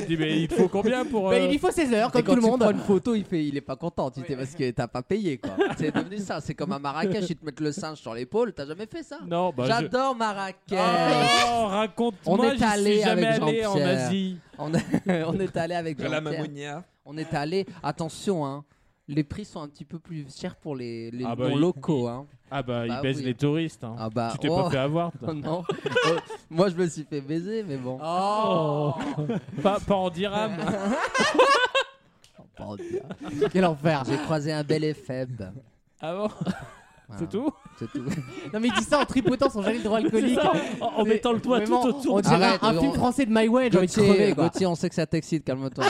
Speaker 4: Il dit, mais il te faut combien pour.
Speaker 5: Bah,
Speaker 4: euh,
Speaker 5: il y faut 16 heures, comme
Speaker 7: Et quand
Speaker 5: tout le
Speaker 7: tu
Speaker 5: monde.
Speaker 7: prends une photo, il fait, il est pas content, tu sais, parce que t'as pas payé quoi. C'est devenu ça. C'est comme à Marrakech, ils te mettent le singe sur l'épaule. T'as jamais fait ça
Speaker 4: Non, bah. je-
Speaker 7: J'adore Marrakech.
Speaker 4: Oh, raconte-moi,
Speaker 7: On est
Speaker 4: j'y suis
Speaker 7: allé
Speaker 4: jamais
Speaker 7: avec
Speaker 4: allé en
Speaker 7: Jean-Pierre.
Speaker 4: Asie.
Speaker 7: On, est- on est allé avec
Speaker 9: La
Speaker 7: Jean-Pierre.
Speaker 9: mamounia.
Speaker 7: On est allé. Attention, hein. Les prix sont un petit peu plus chers pour les, les
Speaker 4: Ah bah,
Speaker 7: non
Speaker 4: il-
Speaker 7: locaux, hein.
Speaker 4: Ah bah,
Speaker 7: Bah
Speaker 4: il baise
Speaker 7: oui.
Speaker 4: les touristes. hein.
Speaker 7: Ah bah.
Speaker 4: tu t'es
Speaker 7: oh,
Speaker 4: pas fait avoir. toi.
Speaker 7: non. Oh, Moi, je me suis fait baiser, mais bon.
Speaker 5: Oh
Speaker 4: pas, pas en dirham.
Speaker 7: Bon, J'ai
Speaker 5: Quel enfer
Speaker 7: croisé un bel éphèbe.
Speaker 4: Ah bon
Speaker 7: Voilà,
Speaker 4: C'est tout
Speaker 7: C'est tout.
Speaker 5: Non mais il dit ça en tripotant son gel hydroalcoolique.
Speaker 3: En, en mettant le toit tout
Speaker 5: Vraiment,
Speaker 3: autour.
Speaker 5: On dirait
Speaker 7: Arrête,
Speaker 5: un film
Speaker 7: on-
Speaker 5: français de My Way, j'ai envie de crever
Speaker 7: Gauthier,
Speaker 5: quoi.
Speaker 7: Gauthier, on sait que ça t'excite, calme-toi.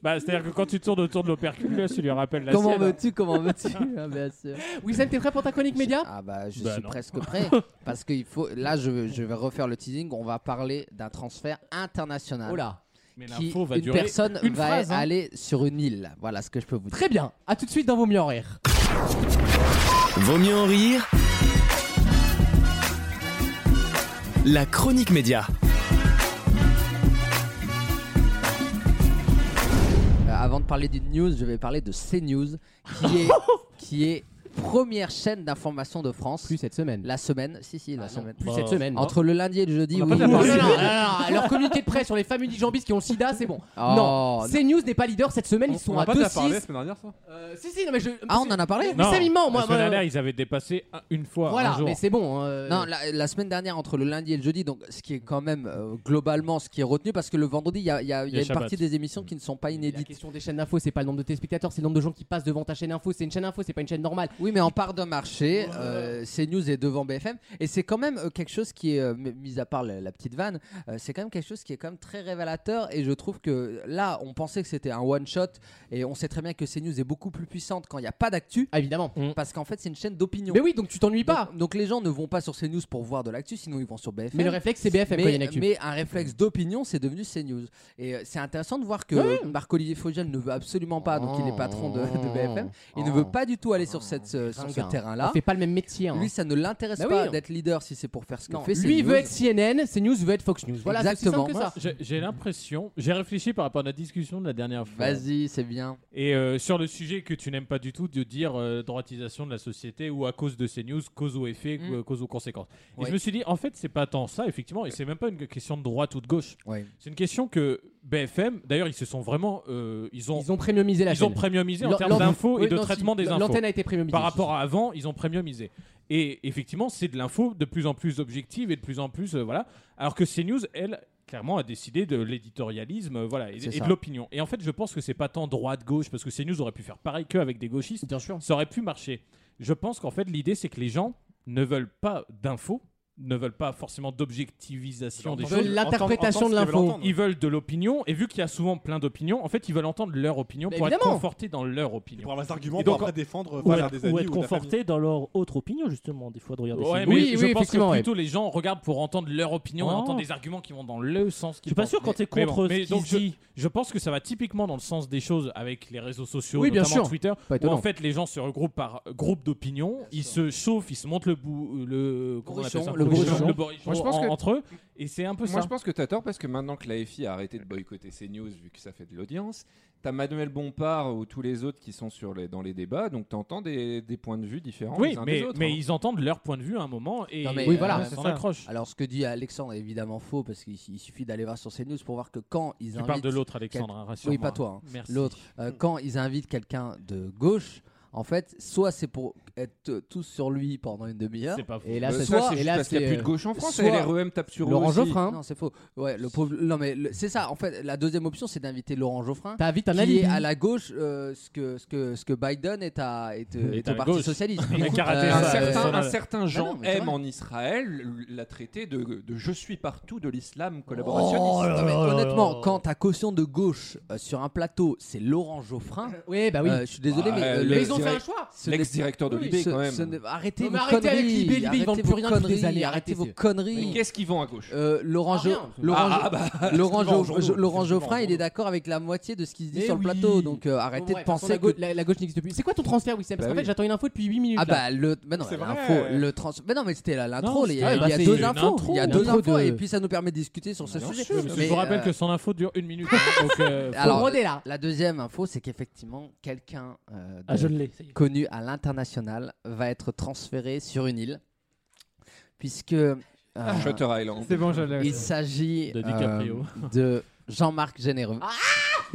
Speaker 4: Bah, c'est-à-dire que quand tu tournes autour de l'operculus, tu lui rappelles la
Speaker 7: Comment
Speaker 4: sienne.
Speaker 7: veux-tu Comment veux-tu Ah, bien sûr.
Speaker 5: Wissem, t'es prêt pour ta chronique média
Speaker 7: Ah bah je
Speaker 4: Bah
Speaker 7: suis
Speaker 4: non.
Speaker 7: presque prêt parce qu'il faut là je, je vais refaire le teasing on va parler d'un transfert international
Speaker 5: Oh là
Speaker 4: Mais
Speaker 7: qui
Speaker 4: l'info va
Speaker 7: une
Speaker 4: durer.
Speaker 7: personne
Speaker 4: une
Speaker 7: va
Speaker 4: phrase, hein.
Speaker 7: aller sur une île voilà ce que je peux vous dire
Speaker 5: Très bien, à tout de suite dans Vos mieux en rire.
Speaker 1: Vaut mieux en rire. La chronique média.
Speaker 7: Euh, avant de parler d'une news je vais parler de CNews qui est qui est première chaîne d'information de France
Speaker 5: Plus cette semaine.
Speaker 7: la semaine si si la semaine
Speaker 5: Plus
Speaker 4: Bah,
Speaker 5: cette semaine. hein.
Speaker 7: entre le lundi et le jeudi
Speaker 3: On a pas
Speaker 7: oui.
Speaker 3: de la
Speaker 5: Non, non,
Speaker 3: parole.
Speaker 5: non, non, non, non, leur communiqué de presse sur les femmes unijambistes qui ont le sida, c'est bon.
Speaker 7: Oh,
Speaker 5: non, CNews n'est pas leader cette semaine, ils
Speaker 6: On-
Speaker 5: sont
Speaker 6: on a
Speaker 5: à
Speaker 6: pas déjà parlé la
Speaker 5: 2-6.
Speaker 6: semaine dernière, ça
Speaker 5: Euh, si, si, non, mais je.
Speaker 7: ah on en a parlé
Speaker 5: Mais ça, il ment, moi,
Speaker 4: la semaine
Speaker 5: moi. euh,
Speaker 4: dernière, ils avaient dépassé un- une fois.
Speaker 5: Voilà,
Speaker 4: un jour.
Speaker 5: mais c'est bon. euh,
Speaker 7: Non, la, la semaine dernière, entre le lundi et le jeudi, donc ce qui est quand même euh, globalement ce qui est retenu, parce que le vendredi, il y a, il y a- il y a
Speaker 4: Il y a
Speaker 7: une
Speaker 4: Shabbat.
Speaker 7: partie des émissions qui ne sont pas
Speaker 5: La
Speaker 7: inédites.
Speaker 5: question des chaînes d'infos, c'est pas le nombre de téléspectateurs, c'est le nombre de gens qui passent devant ta chaîne info. C'est une chaîne info, c'est pas une chaîne normale.
Speaker 7: Oui, mais en part de marché, euh, CNews est devant BFM. Et c'est quand même euh, quelque chose qui est, euh, m- mis à part la, la petite vanne, euh, c'est quand même quelque chose qui est quand même très révélateur. Et je trouve que là, on pensait que c'était un one-shot. Et on sait très bien que CNews est beaucoup plus puissante quand il n'y a pas d'actu.
Speaker 5: Ah, évidemment.
Speaker 4: Mm.
Speaker 7: Parce qu'en fait, c'est une chaîne d'opinion.
Speaker 5: Mais oui, donc tu t'ennuies
Speaker 7: Donc-
Speaker 5: pas.
Speaker 7: Donc, les gens ne vont pas sur CNews pour voir de l'actu, sinon ils vont sur BFM.
Speaker 5: Mais le réflexe, c'est BFM quand il y a une
Speaker 7: mais,
Speaker 5: actu.
Speaker 7: mais un réflexe d'opinion, c'est devenu CNews. Et euh, c'est intéressant de voir que Marc-Olivier Fogel ne veut absolument pas, donc il est patron de, de BFM. Il ne
Speaker 5: Oh.
Speaker 7: veut pas du tout aller sur, cette, euh, sur ce
Speaker 5: Ringard.
Speaker 7: terrain-là.
Speaker 5: On fait pas le même métier. hein.
Speaker 7: Lui, ça ne l'intéresse
Speaker 5: Bah
Speaker 7: pas
Speaker 5: oui.
Speaker 7: d'être leader si c'est pour faire ce qu'on
Speaker 5: Non,
Speaker 7: fait.
Speaker 5: lui il
Speaker 7: CNews.
Speaker 5: veut être CNN, CNews veut être Fox News. Voilà, c'est aussi
Speaker 7: Exactement.
Speaker 5: simple que
Speaker 4: Moi,
Speaker 5: ça.
Speaker 4: j'ai- j'ai l'impression, j'ai réfléchi par rapport à notre discussion de la dernière fois.
Speaker 5: E
Speaker 7: Vas-y, c'est bien.
Speaker 4: Et euh, sur le sujet que tu n'aimes pas du tout, de dire euh, droitisation de la société ou à cause de ces news, cause aux effets,
Speaker 7: Mm.
Speaker 4: euh, cause aux conséquences. Et
Speaker 7: Ouais.
Speaker 4: je me suis dit, en fait, c'est pas tant ça, effectivement, et c'est même pas une question de droite ou de gauche.
Speaker 7: Ouais.
Speaker 4: C'est une question que BFM, d'ailleurs, ils se sont vraiment. euh, ils ont,
Speaker 5: Ils ont premiumisé la
Speaker 4: ils ont
Speaker 5: chaîne.
Speaker 4: premiumisé en
Speaker 5: L'an-
Speaker 4: termes
Speaker 5: l'an-
Speaker 4: d'infos et
Speaker 5: Oui,
Speaker 4: de
Speaker 5: non,
Speaker 4: traitement
Speaker 5: si,
Speaker 4: des infos.
Speaker 5: L'antenne a été premiumisée.
Speaker 4: Par rapport à avant, ils ont premiumisé. Et effectivement, c'est de l'info de plus en plus objective et de plus en plus. euh, voilà. Alors que CNews, elle, clairement a décidé de l'éditorialisme euh, voilà, et,
Speaker 7: C'est
Speaker 4: et
Speaker 7: ça.
Speaker 4: de l'opinion. Et en fait, je pense que c'est pas tant droite-gauche, parce que CNews aurait pu faire pareil qu'avec des gauchistes. Ça aurait pu marcher. Je pense qu'en fait, l'idée, c'est que les gens ne veulent pas d'infos, ne veulent pas forcément d'objectivisation des
Speaker 5: Ils
Speaker 4: choses.
Speaker 5: veulent l'interprétation de l'info.
Speaker 4: Ils veulent de l'opinion, et vu qu'il y a souvent plein d'opinions, en fait, ils veulent entendre leur opinion
Speaker 5: Mais
Speaker 4: pour être
Speaker 5: évidemment.
Speaker 4: confortés dans leur opinion.
Speaker 6: Pour avoir des arguments
Speaker 4: Et donc,
Speaker 6: pour après défendre
Speaker 4: Ou
Speaker 2: euh,
Speaker 6: face à
Speaker 4: être- ou
Speaker 6: des amis
Speaker 3: Ou être
Speaker 6: de la famille.
Speaker 3: conforté dans leur autre opinion, justement, des fois, de regarder
Speaker 4: Ouais,
Speaker 3: ces
Speaker 4: mais
Speaker 3: vidéos.
Speaker 4: je pense que plutôt les gens regardent pour entendre leur opinion et
Speaker 3: Oh.
Speaker 4: entendre des arguments qui vont dans le sens qu'ils
Speaker 3: suis pas
Speaker 4: pensent.
Speaker 3: sûr quand
Speaker 4: Mais-
Speaker 3: t'es contre
Speaker 4: mais
Speaker 3: ce qui
Speaker 4: donc
Speaker 3: se
Speaker 4: je,
Speaker 3: dit.
Speaker 4: je pense que ça va typiquement dans le sens des choses avec les réseaux sociaux,
Speaker 5: Oui, bien
Speaker 4: notamment
Speaker 5: sûr.
Speaker 4: Twitter,
Speaker 5: Pas
Speaker 4: où en
Speaker 5: étonnant.
Speaker 4: fait les gens se regroupent par groupe d'opinion, ils se chauffent, ils se montent le bout, le comment on appelle ça
Speaker 7: le bourrichon.
Speaker 4: le bourrichon
Speaker 9: Moi, je pense
Speaker 4: en-
Speaker 9: que-
Speaker 4: entre eux, et c'est un peu
Speaker 9: Moi,
Speaker 4: ça.
Speaker 9: je pense que t'as tort parce que maintenant que la FI a arrêté de boycotter CNews, vu que ça fait de l'audience, t'as Manuel Bompard ou tous les autres qui sont sur les, dans les débats, donc t'entends des, des points de vue différents
Speaker 4: oui,
Speaker 9: les uns
Speaker 4: mais,
Speaker 9: des autres.
Speaker 4: mais
Speaker 9: hein.
Speaker 4: ils entendent leur point de vue à un moment et
Speaker 7: Non, mais,
Speaker 4: oui
Speaker 7: euh,
Speaker 4: voilà,
Speaker 7: c'est
Speaker 4: s'en
Speaker 7: ça.
Speaker 4: accrochent.
Speaker 5: Ah,
Speaker 7: Alors, ce que dit Alexandre est évidemment faux parce qu'il il suffit d'aller voir sur CNews pour voir que quand ils
Speaker 4: Tu
Speaker 7: invitent.
Speaker 4: parles de l'autre, Alexandre, hein, rassure-moi.
Speaker 7: Oui, pas toi. hein.
Speaker 4: Merci.
Speaker 7: L'autre. Euh,
Speaker 9: Hmm.
Speaker 7: quand ils invitent quelqu'un de gauche. En fait, soit c'est pour être euh, tous sur lui pendant une demi-heure.
Speaker 4: C'est pas faux.
Speaker 7: Et là,
Speaker 9: Euh, ça,
Speaker 7: c'est soit-
Speaker 9: c'est
Speaker 7: et
Speaker 9: juste
Speaker 7: là,
Speaker 9: parce qu'il y a
Speaker 7: c'est,
Speaker 9: plus de
Speaker 7: euh,
Speaker 9: gauche en France, et
Speaker 7: soit-
Speaker 9: LREM tape sur eux
Speaker 7: Laurent
Speaker 9: aussi.
Speaker 7: Geoffrin. Non, c'est faux. Ouais, le pauvre. Non, mais le- c'est ça. En fait, la deuxième option, c'est d'inviter Laurent Geoffrin.
Speaker 5: T'invites un
Speaker 7: qui
Speaker 5: alibi.
Speaker 7: est à la gauche euh, ce, que, ce, que, ce que Biden est, à, est, euh,
Speaker 4: Et
Speaker 7: est
Speaker 4: à
Speaker 7: au
Speaker 4: la
Speaker 7: Parti
Speaker 4: gauche.
Speaker 7: Socialiste.
Speaker 4: Il a
Speaker 7: Écoute,
Speaker 4: caraté
Speaker 9: Un
Speaker 4: ça,
Speaker 9: certain,
Speaker 4: euh,
Speaker 9: un certain
Speaker 7: Ah non,
Speaker 9: Jean
Speaker 7: mais c'est
Speaker 9: M
Speaker 7: vrai.
Speaker 9: en Israël l'a traité de, de je suis partout de l'islam collaborationniste.
Speaker 7: Oh, non, mais
Speaker 9: là
Speaker 7: honnêtement,
Speaker 9: là.
Speaker 7: quand ta caution de gauche euh, sur un plateau, c'est Laurent Geoffrin.
Speaker 5: Oui, bah oui.
Speaker 7: je suis désolé,
Speaker 9: Ah,
Speaker 7: mais
Speaker 9: euh,
Speaker 7: euh,
Speaker 9: le
Speaker 7: le-
Speaker 9: ils ont fait un
Speaker 5: choix.
Speaker 7: ce
Speaker 9: L'ex-directeur de
Speaker 7: n'est-
Speaker 9: Libé,
Speaker 7: ce-
Speaker 9: quand même.
Speaker 7: ce n'est- Arrêtez
Speaker 5: Non,
Speaker 7: vos
Speaker 5: mais arrêtez avec
Speaker 7: conneries.
Speaker 5: Libé, Libé, ils
Speaker 7: arrêtez
Speaker 5: vendent
Speaker 7: vos
Speaker 5: plus rien depuis des
Speaker 7: conneries,
Speaker 5: années,
Speaker 7: Arrêtez
Speaker 5: arrêtez,
Speaker 7: vos
Speaker 5: c'est-
Speaker 7: conneries.
Speaker 9: Mais qu'est-ce qu'ils vend à gauche
Speaker 7: Euh, Laurent,
Speaker 5: Ah, rien.
Speaker 7: Jo- Laurent, Jo-
Speaker 9: Ah, bah, c'est toujours
Speaker 7: Laurent Jo-
Speaker 9: en
Speaker 7: Jo-
Speaker 9: journaux.
Speaker 7: Laurent
Speaker 9: C'est toujours en
Speaker 7: Geoffrin, il est
Speaker 9: journaux.
Speaker 7: d'accord avec la moitié de ce qui se dit
Speaker 5: Mais
Speaker 7: sur le
Speaker 5: oui.
Speaker 7: plateau. Donc euh, arrêtez
Speaker 5: Bon,
Speaker 7: de
Speaker 5: bref,
Speaker 7: penser
Speaker 5: attends, la,
Speaker 7: que-
Speaker 5: gau- la- la gauche n'existe depuis. C'est quoi ton transfert, Wissem
Speaker 9: Bah
Speaker 5: Parce qu'en
Speaker 9: oui.
Speaker 5: fait, j'attends une info depuis 8 minutes.
Speaker 7: Ah
Speaker 5: là.
Speaker 7: bah le mais non,
Speaker 6: C'est
Speaker 7: l'info
Speaker 6: vrai.
Speaker 7: le trans mais non mais c'était la- l'intro
Speaker 4: Non,
Speaker 7: il y
Speaker 4: c'est-
Speaker 7: a, il y a
Speaker 4: bah, c'est
Speaker 7: deux
Speaker 4: une
Speaker 7: infos,
Speaker 4: intro.
Speaker 7: il y a
Speaker 4: Une
Speaker 7: deux
Speaker 5: intro
Speaker 7: infos
Speaker 5: de-
Speaker 7: et puis ça nous permet de discuter sur ce
Speaker 9: Bien
Speaker 7: sujet.
Speaker 9: sûr,
Speaker 4: Parce que je vous
Speaker 7: Mais,
Speaker 4: rappelle
Speaker 7: euh,
Speaker 4: que son info dure une minute. hein, donc, euh, faut-
Speaker 7: alors
Speaker 5: broder, là.
Speaker 7: la deuxième info c'est qu'effectivement quelqu'un euh, de-
Speaker 3: Ah, je l'ai. ça y est.
Speaker 7: connu à l'international va être transféré sur une île puisque euh,
Speaker 9: Shutter Island.
Speaker 2: C'est bon, je l'ai.
Speaker 7: il s'agit
Speaker 4: De
Speaker 7: euh,
Speaker 4: DiCaprio.
Speaker 7: de Jean-Marc Généreux
Speaker 5: Ah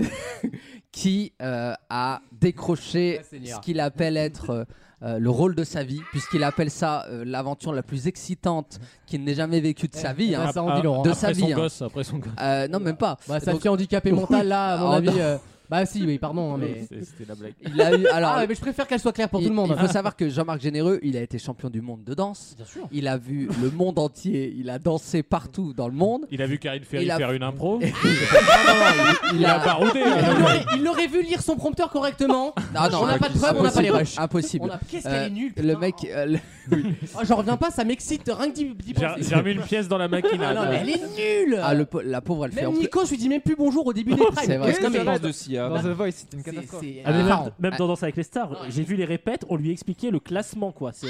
Speaker 7: qui euh, a décroché
Speaker 5: Ah, Seigneur.
Speaker 7: ce qu'il appelle être euh, euh, le rôle de sa vie, puisqu'il appelle ça euh, l'aventure la plus excitante qu'il n'ait jamais vécue de sa vie. hein.
Speaker 5: Eh, Ça en dit Laurent.
Speaker 7: de
Speaker 4: après
Speaker 7: sa
Speaker 4: son
Speaker 7: vie, hein.
Speaker 4: gosse, après son gosse.
Speaker 7: Euh, non, même pas.
Speaker 5: Bah, ça
Speaker 7: Donc,
Speaker 5: fait handicapé mental là, à mon
Speaker 7: Ah,
Speaker 5: avis.
Speaker 7: non.
Speaker 5: euh, Bah si, oui, pardon, hein, mais.
Speaker 4: C'était la blague.
Speaker 7: il a eu. Alors,
Speaker 5: Ah, ouais, mais je préfère qu'elle soit claire pour
Speaker 7: il-
Speaker 5: tout le monde.
Speaker 7: Il faut savoir que Jean-Marc Généreux, il a été champion du monde de danse.
Speaker 5: Bien sûr.
Speaker 7: Il a vu le monde entier. Il a dansé partout dans le monde.
Speaker 4: Il a vu Karine Ferry
Speaker 7: Il a-
Speaker 4: faire une impro. Il,
Speaker 5: Ah,
Speaker 7: Il,
Speaker 4: a baroudé. hein,
Speaker 5: Il
Speaker 4: le mec.
Speaker 5: aurait- Il aurait vu lire son prompteur correctement.
Speaker 7: Non, Ah non,
Speaker 5: on n'a pas de
Speaker 7: impossible.
Speaker 5: preuves, on n'a pas les rushs.
Speaker 7: Impossible.
Speaker 5: On a- Qu'est-ce qu'elle
Speaker 7: Euh,
Speaker 5: est nulle.
Speaker 7: Le
Speaker 5: putain.
Speaker 7: mec, euh, le-
Speaker 5: Oh, J'en reviens pas, ça m'excite rien que d'y d'y
Speaker 4: J'ai
Speaker 5: penser.
Speaker 4: j'ai remis une pièce dans la machine. hein.
Speaker 5: Ah non, mais elle est nulle.
Speaker 7: ah, le pa- la pauvre, elle fait. en
Speaker 5: Même
Speaker 7: plus- Oh,
Speaker 5: Nico, je lui dis même plus bonjour au début des primes.
Speaker 7: C'est vrai.
Speaker 9: Qu'est-ce
Speaker 5: Qu'est-ce que
Speaker 9: que
Speaker 5: mais-
Speaker 9: tu penses de Sia
Speaker 3: bah.
Speaker 2: Dans The Voice, c'était une
Speaker 5: C'est-
Speaker 2: catastrophe.
Speaker 5: c'est-
Speaker 3: Ah, mais
Speaker 5: Ah,
Speaker 3: même,
Speaker 5: marrant.
Speaker 3: même dans Danse avec les stars, j'ai vu les répètes, on lui expliquait le classement quoi. C'est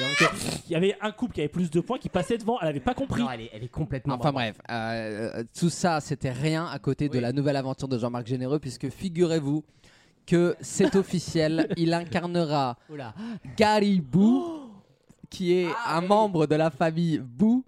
Speaker 3: il y avait un couple qui avait plus de points qui passait devant, elle avait pas compris.
Speaker 5: Non, elle est, elle est complètement.
Speaker 7: Enfin bref, euh, euh, tout ça c'était rien à côté de
Speaker 5: Oui.
Speaker 7: la nouvelle aventure de Jean-Marc Généreux, puisque figurez-vous que c'est officiel, il incarnera
Speaker 5: Oh là.
Speaker 7: Gary
Speaker 5: Oh
Speaker 7: Bou, qui est un membre de la famille Bou,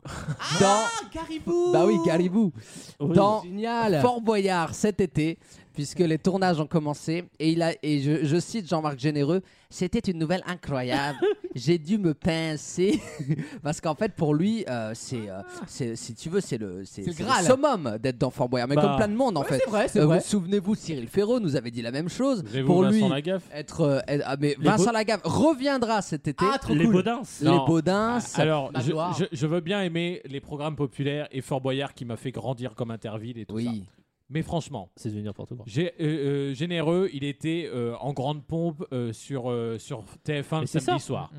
Speaker 7: dans...
Speaker 5: Ah, Garibou
Speaker 7: Bah oui, Gary Bou, dans
Speaker 5: Génial
Speaker 7: Fort Boyard cet été, puisque les tournages ont commencé. Et, il a, et je, je cite Jean-Marc Généreux, c'était une nouvelle incroyable. J'ai dû me pincer. Parce qu'en fait, pour lui, euh, c'est, euh, c'est- si tu veux, c'est le, c'est,
Speaker 5: C'est le
Speaker 7: c'est le
Speaker 5: Graal.
Speaker 7: summum d'être dans Fort Boyard. Mais
Speaker 3: Bah.
Speaker 7: comme plein de monde, en
Speaker 5: Ouais,
Speaker 7: fait.
Speaker 5: c'est vrai, c'est
Speaker 7: Euh,
Speaker 5: vrai.
Speaker 7: vous- Souvenez-vous, Cyril Ferraud nous avait dit la même chose.
Speaker 4: Pour
Speaker 7: Pour
Speaker 4: Vincent
Speaker 7: lui,
Speaker 4: lui. Lagaffe.
Speaker 7: être. euh, euh, ah, mais Vincent
Speaker 3: beaux-
Speaker 7: Lagaffe reviendra cet été.
Speaker 5: Ah, trop
Speaker 3: les
Speaker 5: cool.
Speaker 3: Baudins. Ah,
Speaker 7: les
Speaker 4: Non.
Speaker 7: Baudins.
Speaker 4: Alors,
Speaker 5: Bah,
Speaker 4: je,
Speaker 5: Loire.
Speaker 4: je- je veux bien aimer les programmes populaires et Fort Boyard qui m'a fait grandir comme Interville et tout ça.
Speaker 7: Oui.
Speaker 4: Mais franchement,
Speaker 3: C'est devenu n'importe quoi.
Speaker 4: j'ai- euh, euh, Généreux, il était euh, en grande pompe euh, sur, euh, sur TF1
Speaker 3: Mais
Speaker 4: le
Speaker 3: c'est
Speaker 4: samedi
Speaker 3: ça. Mm.
Speaker 4: soir.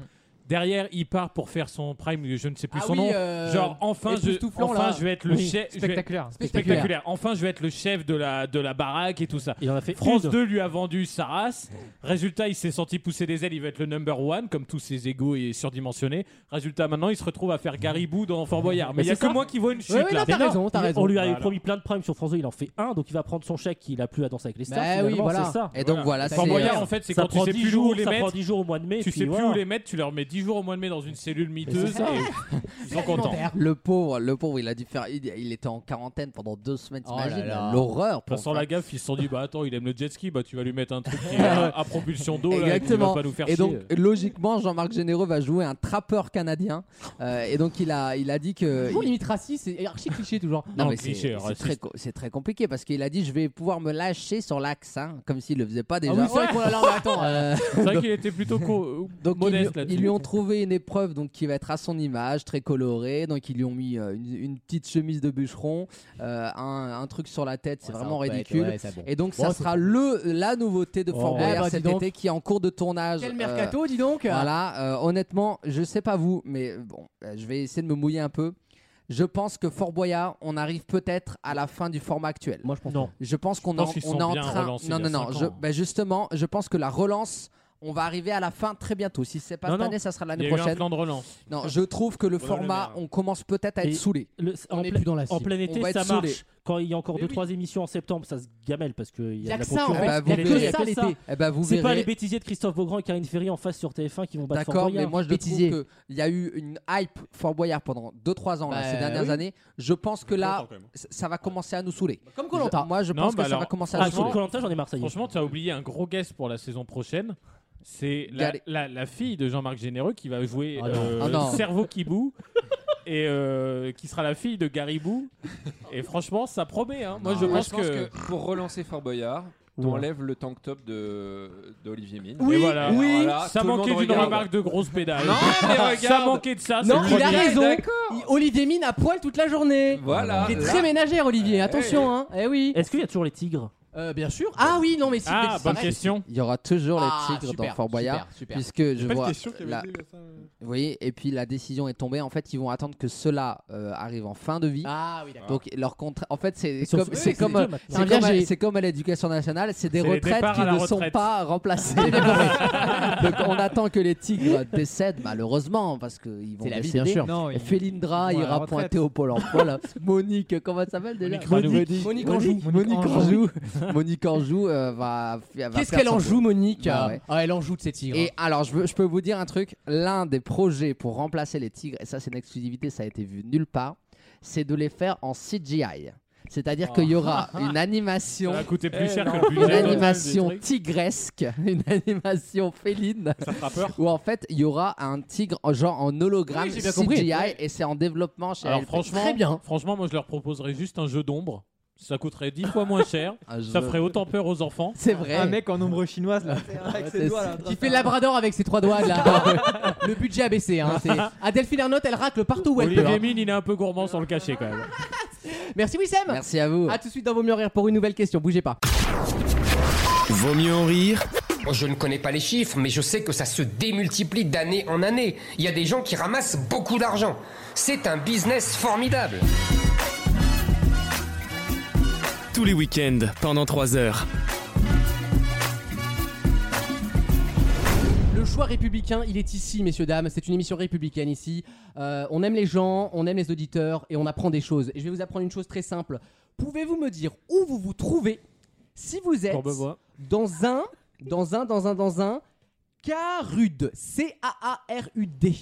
Speaker 4: Derrière, il part pour faire son prime, je ne sais plus son nom.
Speaker 5: euh,
Speaker 4: Genre, enfin, je,
Speaker 5: époustouflant,
Speaker 4: enfin
Speaker 5: là.
Speaker 4: je vais être le
Speaker 3: Oui.
Speaker 4: chef. je vais-
Speaker 2: Spectaculaire.
Speaker 5: Spectaculaire.
Speaker 4: spectaculaire. Enfin, je vais être le chef de la, de la baraque et tout ça.
Speaker 3: Il en a fait
Speaker 4: France
Speaker 3: une.
Speaker 4: 2 lui a vendu sa race. Résultat, il s'est senti pousser des ailes. Il va être le number one, comme tous ses égaux et surdimensionnés. Résultat, maintenant, il se retrouve à faire Garibou dans Fort Boyard. Mais
Speaker 3: Mais
Speaker 4: il y a
Speaker 3: c'est
Speaker 4: que
Speaker 3: ça.
Speaker 4: moi qui vois une chute
Speaker 5: Ouais, ouais,
Speaker 4: là.
Speaker 5: non, t'as
Speaker 3: Mais non,
Speaker 5: raison, t'as
Speaker 3: il-
Speaker 5: raison.
Speaker 3: On lui avait
Speaker 4: Voilà.
Speaker 3: promis plein de primes sur France 2, il en fait un, donc il va prendre son chèque qu'il a plus à Danse avec les stars.
Speaker 5: Bah oui,
Speaker 3: finalement,
Speaker 5: voilà.
Speaker 3: C'est ça.
Speaker 7: Et donc voilà,
Speaker 4: Fort
Speaker 7: c'est,
Speaker 4: Boyard,
Speaker 7: euh,
Speaker 4: en fait, c'est
Speaker 3: ça
Speaker 4: quand tu
Speaker 3: prend
Speaker 4: sais
Speaker 3: 10
Speaker 4: plus
Speaker 3: jours,
Speaker 4: où les
Speaker 3: ça prend
Speaker 4: mettre.
Speaker 3: 10 jours au mois de mai.
Speaker 4: Tu
Speaker 3: puis
Speaker 4: sais plus
Speaker 3: voilà.
Speaker 4: où les mettre, tu leur mets 10 10 jours au mois de mai dans une cellule miteuse.
Speaker 7: c'est ça.
Speaker 4: et ils sont contents.
Speaker 7: Le pauvre, le pauvre, il a dû faire. Il, il était en quarantaine pendant deux semaines,
Speaker 5: Oh
Speaker 3: Oh
Speaker 7: t'imagines euh, L'horreur pour
Speaker 4: Passant
Speaker 7: le
Speaker 4: la gaffe, ils se sont dit bah attends, il aime le jet ski, bah tu vas lui mettre un truc qui est à, à propulsion d'eau là, et puis il va
Speaker 7: Exactement.
Speaker 4: pas nous faire
Speaker 7: et
Speaker 4: chier.
Speaker 7: donc
Speaker 5: euh.
Speaker 7: logiquement, Jean-Marc Généreux va jouer un trappeur canadien. Euh, et donc il a, il a dit que.
Speaker 5: Pour limite raciste, c'est archi cliché toujours.
Speaker 7: Non, mais c'est c'est très, co- c'est très compliqué parce qu'il a dit je vais pouvoir me lâcher sur l'axe, hein, comme s'il le faisait pas déjà.
Speaker 5: Ah oui, c'est vrai qu'on l'a- hein. là, on attend.
Speaker 7: Euh,
Speaker 4: C'est vrai qu'il était plutôt co- euh,
Speaker 7: donc ils lui-
Speaker 4: modeste
Speaker 7: ils, lui,
Speaker 4: là-dessus.
Speaker 7: ont trouvé une épreuve donc qui va être à son image, très colorée. Donc ils lui ont mis euh, une, une petite chemise de bûcheron, euh, un, un truc sur la tête, c'est vraiment
Speaker 5: va être-
Speaker 7: ridicule.
Speaker 5: ouais, ça, bon.
Speaker 7: Et donc
Speaker 5: Bon,
Speaker 7: ça
Speaker 5: c'est
Speaker 7: sera le la nouveauté de Fort
Speaker 5: Oh.
Speaker 7: Boyard
Speaker 5: Eh ben, dis
Speaker 7: cet
Speaker 5: donc.
Speaker 7: été qui est en cours de tournage.
Speaker 5: Quel
Speaker 7: euh,
Speaker 5: mercato, dis donc.
Speaker 7: Voilà, euh, honnêtement, je sais pas vous, mais bon, euh, je vais essayer de me mouiller un peu. Je pense que Fort Boyard, on arrive peut-être à la fin du format actuel. Moi, je pense.
Speaker 4: Non.
Speaker 7: Je pense qu'on
Speaker 4: Je
Speaker 7: est en-
Speaker 4: pense qu'ils
Speaker 7: on
Speaker 4: sont
Speaker 7: est en
Speaker 4: bien
Speaker 7: train.
Speaker 4: relancés
Speaker 7: Non,
Speaker 4: il y
Speaker 7: non,
Speaker 4: a
Speaker 7: non.
Speaker 4: cinq
Speaker 7: je-
Speaker 4: ans. hein.
Speaker 7: ben justement, je pense que la relance, on va arriver à la fin très bientôt. Si c'est pas
Speaker 4: Non,
Speaker 7: cette
Speaker 4: non.
Speaker 7: année, ça sera
Speaker 4: Il
Speaker 7: l'année
Speaker 4: y a eu un
Speaker 7: prochaine.
Speaker 4: plan de relance.
Speaker 7: Non, je trouve que le
Speaker 4: Bruno Le
Speaker 7: format, on commence peut-être à être
Speaker 3: Et
Speaker 7: saoulé.
Speaker 3: le- en, plein- en plein été,
Speaker 7: On va
Speaker 3: ça
Speaker 7: être saoulé.
Speaker 3: marche. Quand il y a encore
Speaker 7: Mais
Speaker 3: 2-3 émissions en septembre, ça se gamelle parce qu'il y
Speaker 7: Y
Speaker 3: a,
Speaker 7: a
Speaker 3: de la
Speaker 7: que ça, en
Speaker 3: concurrence.
Speaker 7: fait.
Speaker 3: Il y a
Speaker 7: Eh ben,
Speaker 3: des
Speaker 7: vous
Speaker 3: trucs,
Speaker 7: verrez.
Speaker 3: il y a que
Speaker 7: Eh ben, vous
Speaker 3: C'est pas
Speaker 7: verrez.
Speaker 3: les bêtisiers de Christophe Beaugrand et Karine Ferry en face sur TF1 qui vont battre Fort
Speaker 7: D'accord, mais
Speaker 3: Boyard.
Speaker 7: moi je trouve que il y a eu une hype Fort Boyard pendant 2-3 ans là,
Speaker 3: Bah,
Speaker 7: ces dernières
Speaker 3: oui.
Speaker 7: années. Je pense que là,
Speaker 4: Longtemps, quand même.
Speaker 7: ça ça va commencer à nous saouler.
Speaker 5: Comme
Speaker 7: Je- Moi je
Speaker 4: Non,
Speaker 7: pense
Speaker 4: bah
Speaker 7: que ça
Speaker 4: alors,
Speaker 7: va commencer à
Speaker 5: ah,
Speaker 7: nous saouler.
Speaker 4: Franchement, tu as oublié un gros guest pour la saison prochaine. C'est la,
Speaker 7: Galé-
Speaker 4: la- la fille de Jean-Marc Généreux qui va jouer
Speaker 3: Oh
Speaker 7: Ah non.
Speaker 4: euh,
Speaker 7: Ah non.
Speaker 4: Cerveau qui boue et euh, qui sera la fille de Garibou. Et franchement, ça promet. hein. Moi, je pense que.
Speaker 9: pour relancer Fort Boyard,
Speaker 4: Oula.
Speaker 9: t'enlèves le tank top de d'Olivier Mine.
Speaker 4: Et
Speaker 9: Et
Speaker 4: voilà.
Speaker 9: Alors
Speaker 4: Alors
Speaker 9: là,
Speaker 7: Ah,
Speaker 4: là, ça
Speaker 9: tout le
Speaker 4: manquait
Speaker 9: monde
Speaker 4: d'une
Speaker 9: regarde.
Speaker 4: remarque de grosse pédale.
Speaker 9: Non, mais regarde.
Speaker 4: ça manquait de ça. c'est
Speaker 5: Non,
Speaker 4: le
Speaker 5: il a
Speaker 4: premier.
Speaker 5: raison. Il- Olivier Mine à poil toute la journée.
Speaker 4: Voilà.
Speaker 5: Il est
Speaker 4: Là.
Speaker 5: très ménagère, Olivier. Attention, hein. Eh oui.
Speaker 3: Est-ce qu'il y a toujours les tigres
Speaker 5: Euh, bien sûr. Ah oui, non, mais si.
Speaker 4: Ah,
Speaker 5: c'est
Speaker 4: bonne
Speaker 5: vrai.
Speaker 4: question.
Speaker 7: Il y aura toujours
Speaker 5: Ah,
Speaker 7: les tigres
Speaker 5: super,
Speaker 7: dans Fort Boyard,
Speaker 5: super, super.
Speaker 7: puisque je
Speaker 5: Pas de
Speaker 7: vois.
Speaker 5: question qu'il y avait été, ça, euh.
Speaker 7: Oui, et puis la décision est tombée. En fait, ils vont attendre que ceux-là euh, arrivent en fin de vie.
Speaker 5: Ah oui, d'accord.
Speaker 7: Donc leur contrat. En fait, c'est
Speaker 5: Ils sont-
Speaker 7: comme,
Speaker 5: oui,
Speaker 7: c'est
Speaker 5: c'est
Speaker 7: comme,
Speaker 5: dur
Speaker 7: euh,
Speaker 5: maintenant.
Speaker 7: c'est
Speaker 5: C'est bien
Speaker 7: comme à-
Speaker 5: géré.
Speaker 7: c'est comme à l'éducation nationale, c'est des
Speaker 5: C'est les
Speaker 7: retraites
Speaker 5: départs
Speaker 7: qui
Speaker 5: à la
Speaker 7: ne sont
Speaker 5: retraite.
Speaker 7: pas remplacées. Donc on attend que les tigres décèdent, malheureusement, parce qu'ils vont
Speaker 5: C'est la vie,
Speaker 7: décéder.
Speaker 5: bien sûr.
Speaker 7: Non,
Speaker 5: Non,
Speaker 7: et
Speaker 5: ils-
Speaker 7: Félindra
Speaker 5: ils vont à la
Speaker 7: ira
Speaker 5: retraite.
Speaker 7: pointer au pôle emploi. là. Monique, comment elle s'appelle déjà
Speaker 5: Monique Ranou. Monique Anjou.
Speaker 7: Monique
Speaker 5: Monique
Speaker 7: Anjou. Monique Anjou euh, va. va
Speaker 5: Qu'est-ce
Speaker 7: faire
Speaker 5: qu'elle
Speaker 7: son
Speaker 5: en
Speaker 7: boulot.
Speaker 5: joue, Monique
Speaker 7: Bah ouais.
Speaker 5: Ah, Elle en joue de ces tigres.
Speaker 7: Et alors, je, veux- je peux vous dire un truc. L'un des projets pour remplacer les tigres, et ça c'est une exclusivité, ça a été vu nulle part, c'est de les faire en CGI. C'est-à-dire qu'il y aura
Speaker 9: Ah.
Speaker 7: une animation,
Speaker 4: Ça va coûter plus cher que le budget
Speaker 7: une
Speaker 4: total du
Speaker 7: animation
Speaker 4: truc.
Speaker 7: tigresque, une animation féline, où en fait il y aura un tigre en- genre en hologramme
Speaker 5: Oui, j'ai bien
Speaker 7: CGI
Speaker 5: compris.
Speaker 7: et c'est en développement chez
Speaker 4: Alors
Speaker 7: LP.
Speaker 4: franchement, franchement, moi je leur proposerais juste un jeu d'ombre. Ça coûterait 10 fois moins cher.
Speaker 13: Ah,
Speaker 7: Un
Speaker 4: ça
Speaker 7: jeu.
Speaker 4: ferait autant peur aux enfants.
Speaker 7: C'est vrai.
Speaker 2: Un mec en ombre chinoise là.
Speaker 7: Avec ses doigts, là,
Speaker 5: Qui fait le labrador avec ses trois doigts là. le budget a baissé. Hein. C'est- Adèle Arnaud, elle racle partout où elle peut.
Speaker 4: Olivier
Speaker 5: hein.
Speaker 4: Mine, il est un peu gourmand sans le cacher quand même.
Speaker 5: Merci Wissem.
Speaker 7: Merci à
Speaker 13: Ah,
Speaker 7: vous.
Speaker 5: À tout de suite dans Vos mieux rire pour une nouvelle question. Bougez pas.
Speaker 1: Vaut mieux en rire.
Speaker 13: Je ne connais pas les chiffres, mais je sais que ça se démultiplie d'année en année. Il y a des gens qui ramassent beaucoup d'argent. C'est un business formidable.
Speaker 1: Tous les week-ends pendant 3 heures.
Speaker 5: Le choix républicain, il est ici, messieurs, dames. C'est une émission républicaine ici. Euh, on aime les gens, on aime les auditeurs et on apprend des choses. Et je vais vous apprendre une chose très simple. Pouvez-vous me dire où vous vous trouvez si vous êtes
Speaker 4: Courbevoie.
Speaker 5: dans un, dans un, dans un, dans un, Carud, C-A-A-R-U-D.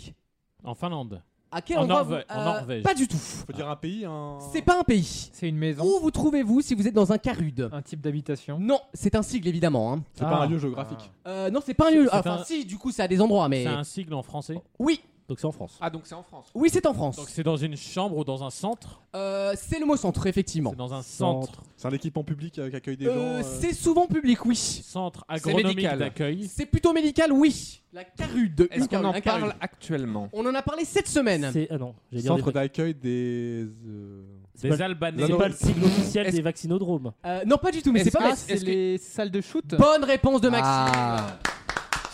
Speaker 4: En Finlande.
Speaker 5: À quel
Speaker 4: en
Speaker 5: endroit
Speaker 4: Norvège,
Speaker 5: vous-
Speaker 4: en
Speaker 5: euh,
Speaker 4: Norvège.
Speaker 5: Pas du tout.
Speaker 6: Faut dire un pays, un.
Speaker 5: C'est pas un pays.
Speaker 2: C'est une maison.
Speaker 5: Où vous trouvez-vous si vous êtes dans un
Speaker 4: Euh.
Speaker 5: Carud
Speaker 2: Un type d'habitation.
Speaker 5: Non, c'est un sigle évidemment. hein.
Speaker 6: C'est pas
Speaker 4: Ah.
Speaker 6: un lieu géographique.
Speaker 5: Euh, non, c'est pas un lieu.
Speaker 4: C'est
Speaker 5: Enfin,
Speaker 4: un-
Speaker 5: si, du coup, ça a des endroits, mais.
Speaker 4: C'est un sigle en français.
Speaker 5: Oui.
Speaker 4: Donc c'est en France.
Speaker 9: Ah, donc c'est en France.
Speaker 5: Oui, c'est en France.
Speaker 4: Donc c'est dans une chambre ou dans un centre.
Speaker 5: Euh, c'est le mot centre, effectivement. C'est
Speaker 4: dans un centre.
Speaker 6: C'est un équipement public euh, qui accueille des gens.
Speaker 5: Euh,
Speaker 6: euh,
Speaker 5: C'est souvent public, oui.
Speaker 4: Centre
Speaker 6: agronomique médical.
Speaker 4: d'accueil.
Speaker 5: C'est plutôt médical, oui. La carude.
Speaker 9: Est-ce
Speaker 5: une
Speaker 9: qu'on
Speaker 5: carude,
Speaker 9: en
Speaker 5: un carude.
Speaker 9: parle actuellement
Speaker 5: On en a parlé cette semaine.
Speaker 3: C'est- ah non, j'allais dire
Speaker 6: Centre
Speaker 3: des-
Speaker 6: d'accueil des. euh,
Speaker 4: Des
Speaker 6: Al-
Speaker 4: Albanais.
Speaker 3: C'est
Speaker 6: Albanais.
Speaker 3: pas le sigle officiel des vaccinodromes.
Speaker 5: Euh, non, pas du tout, mais c'est pas.
Speaker 2: c'est les Ah. salles de shoot.
Speaker 5: Bonne réponse de Maxime.
Speaker 3: Ah.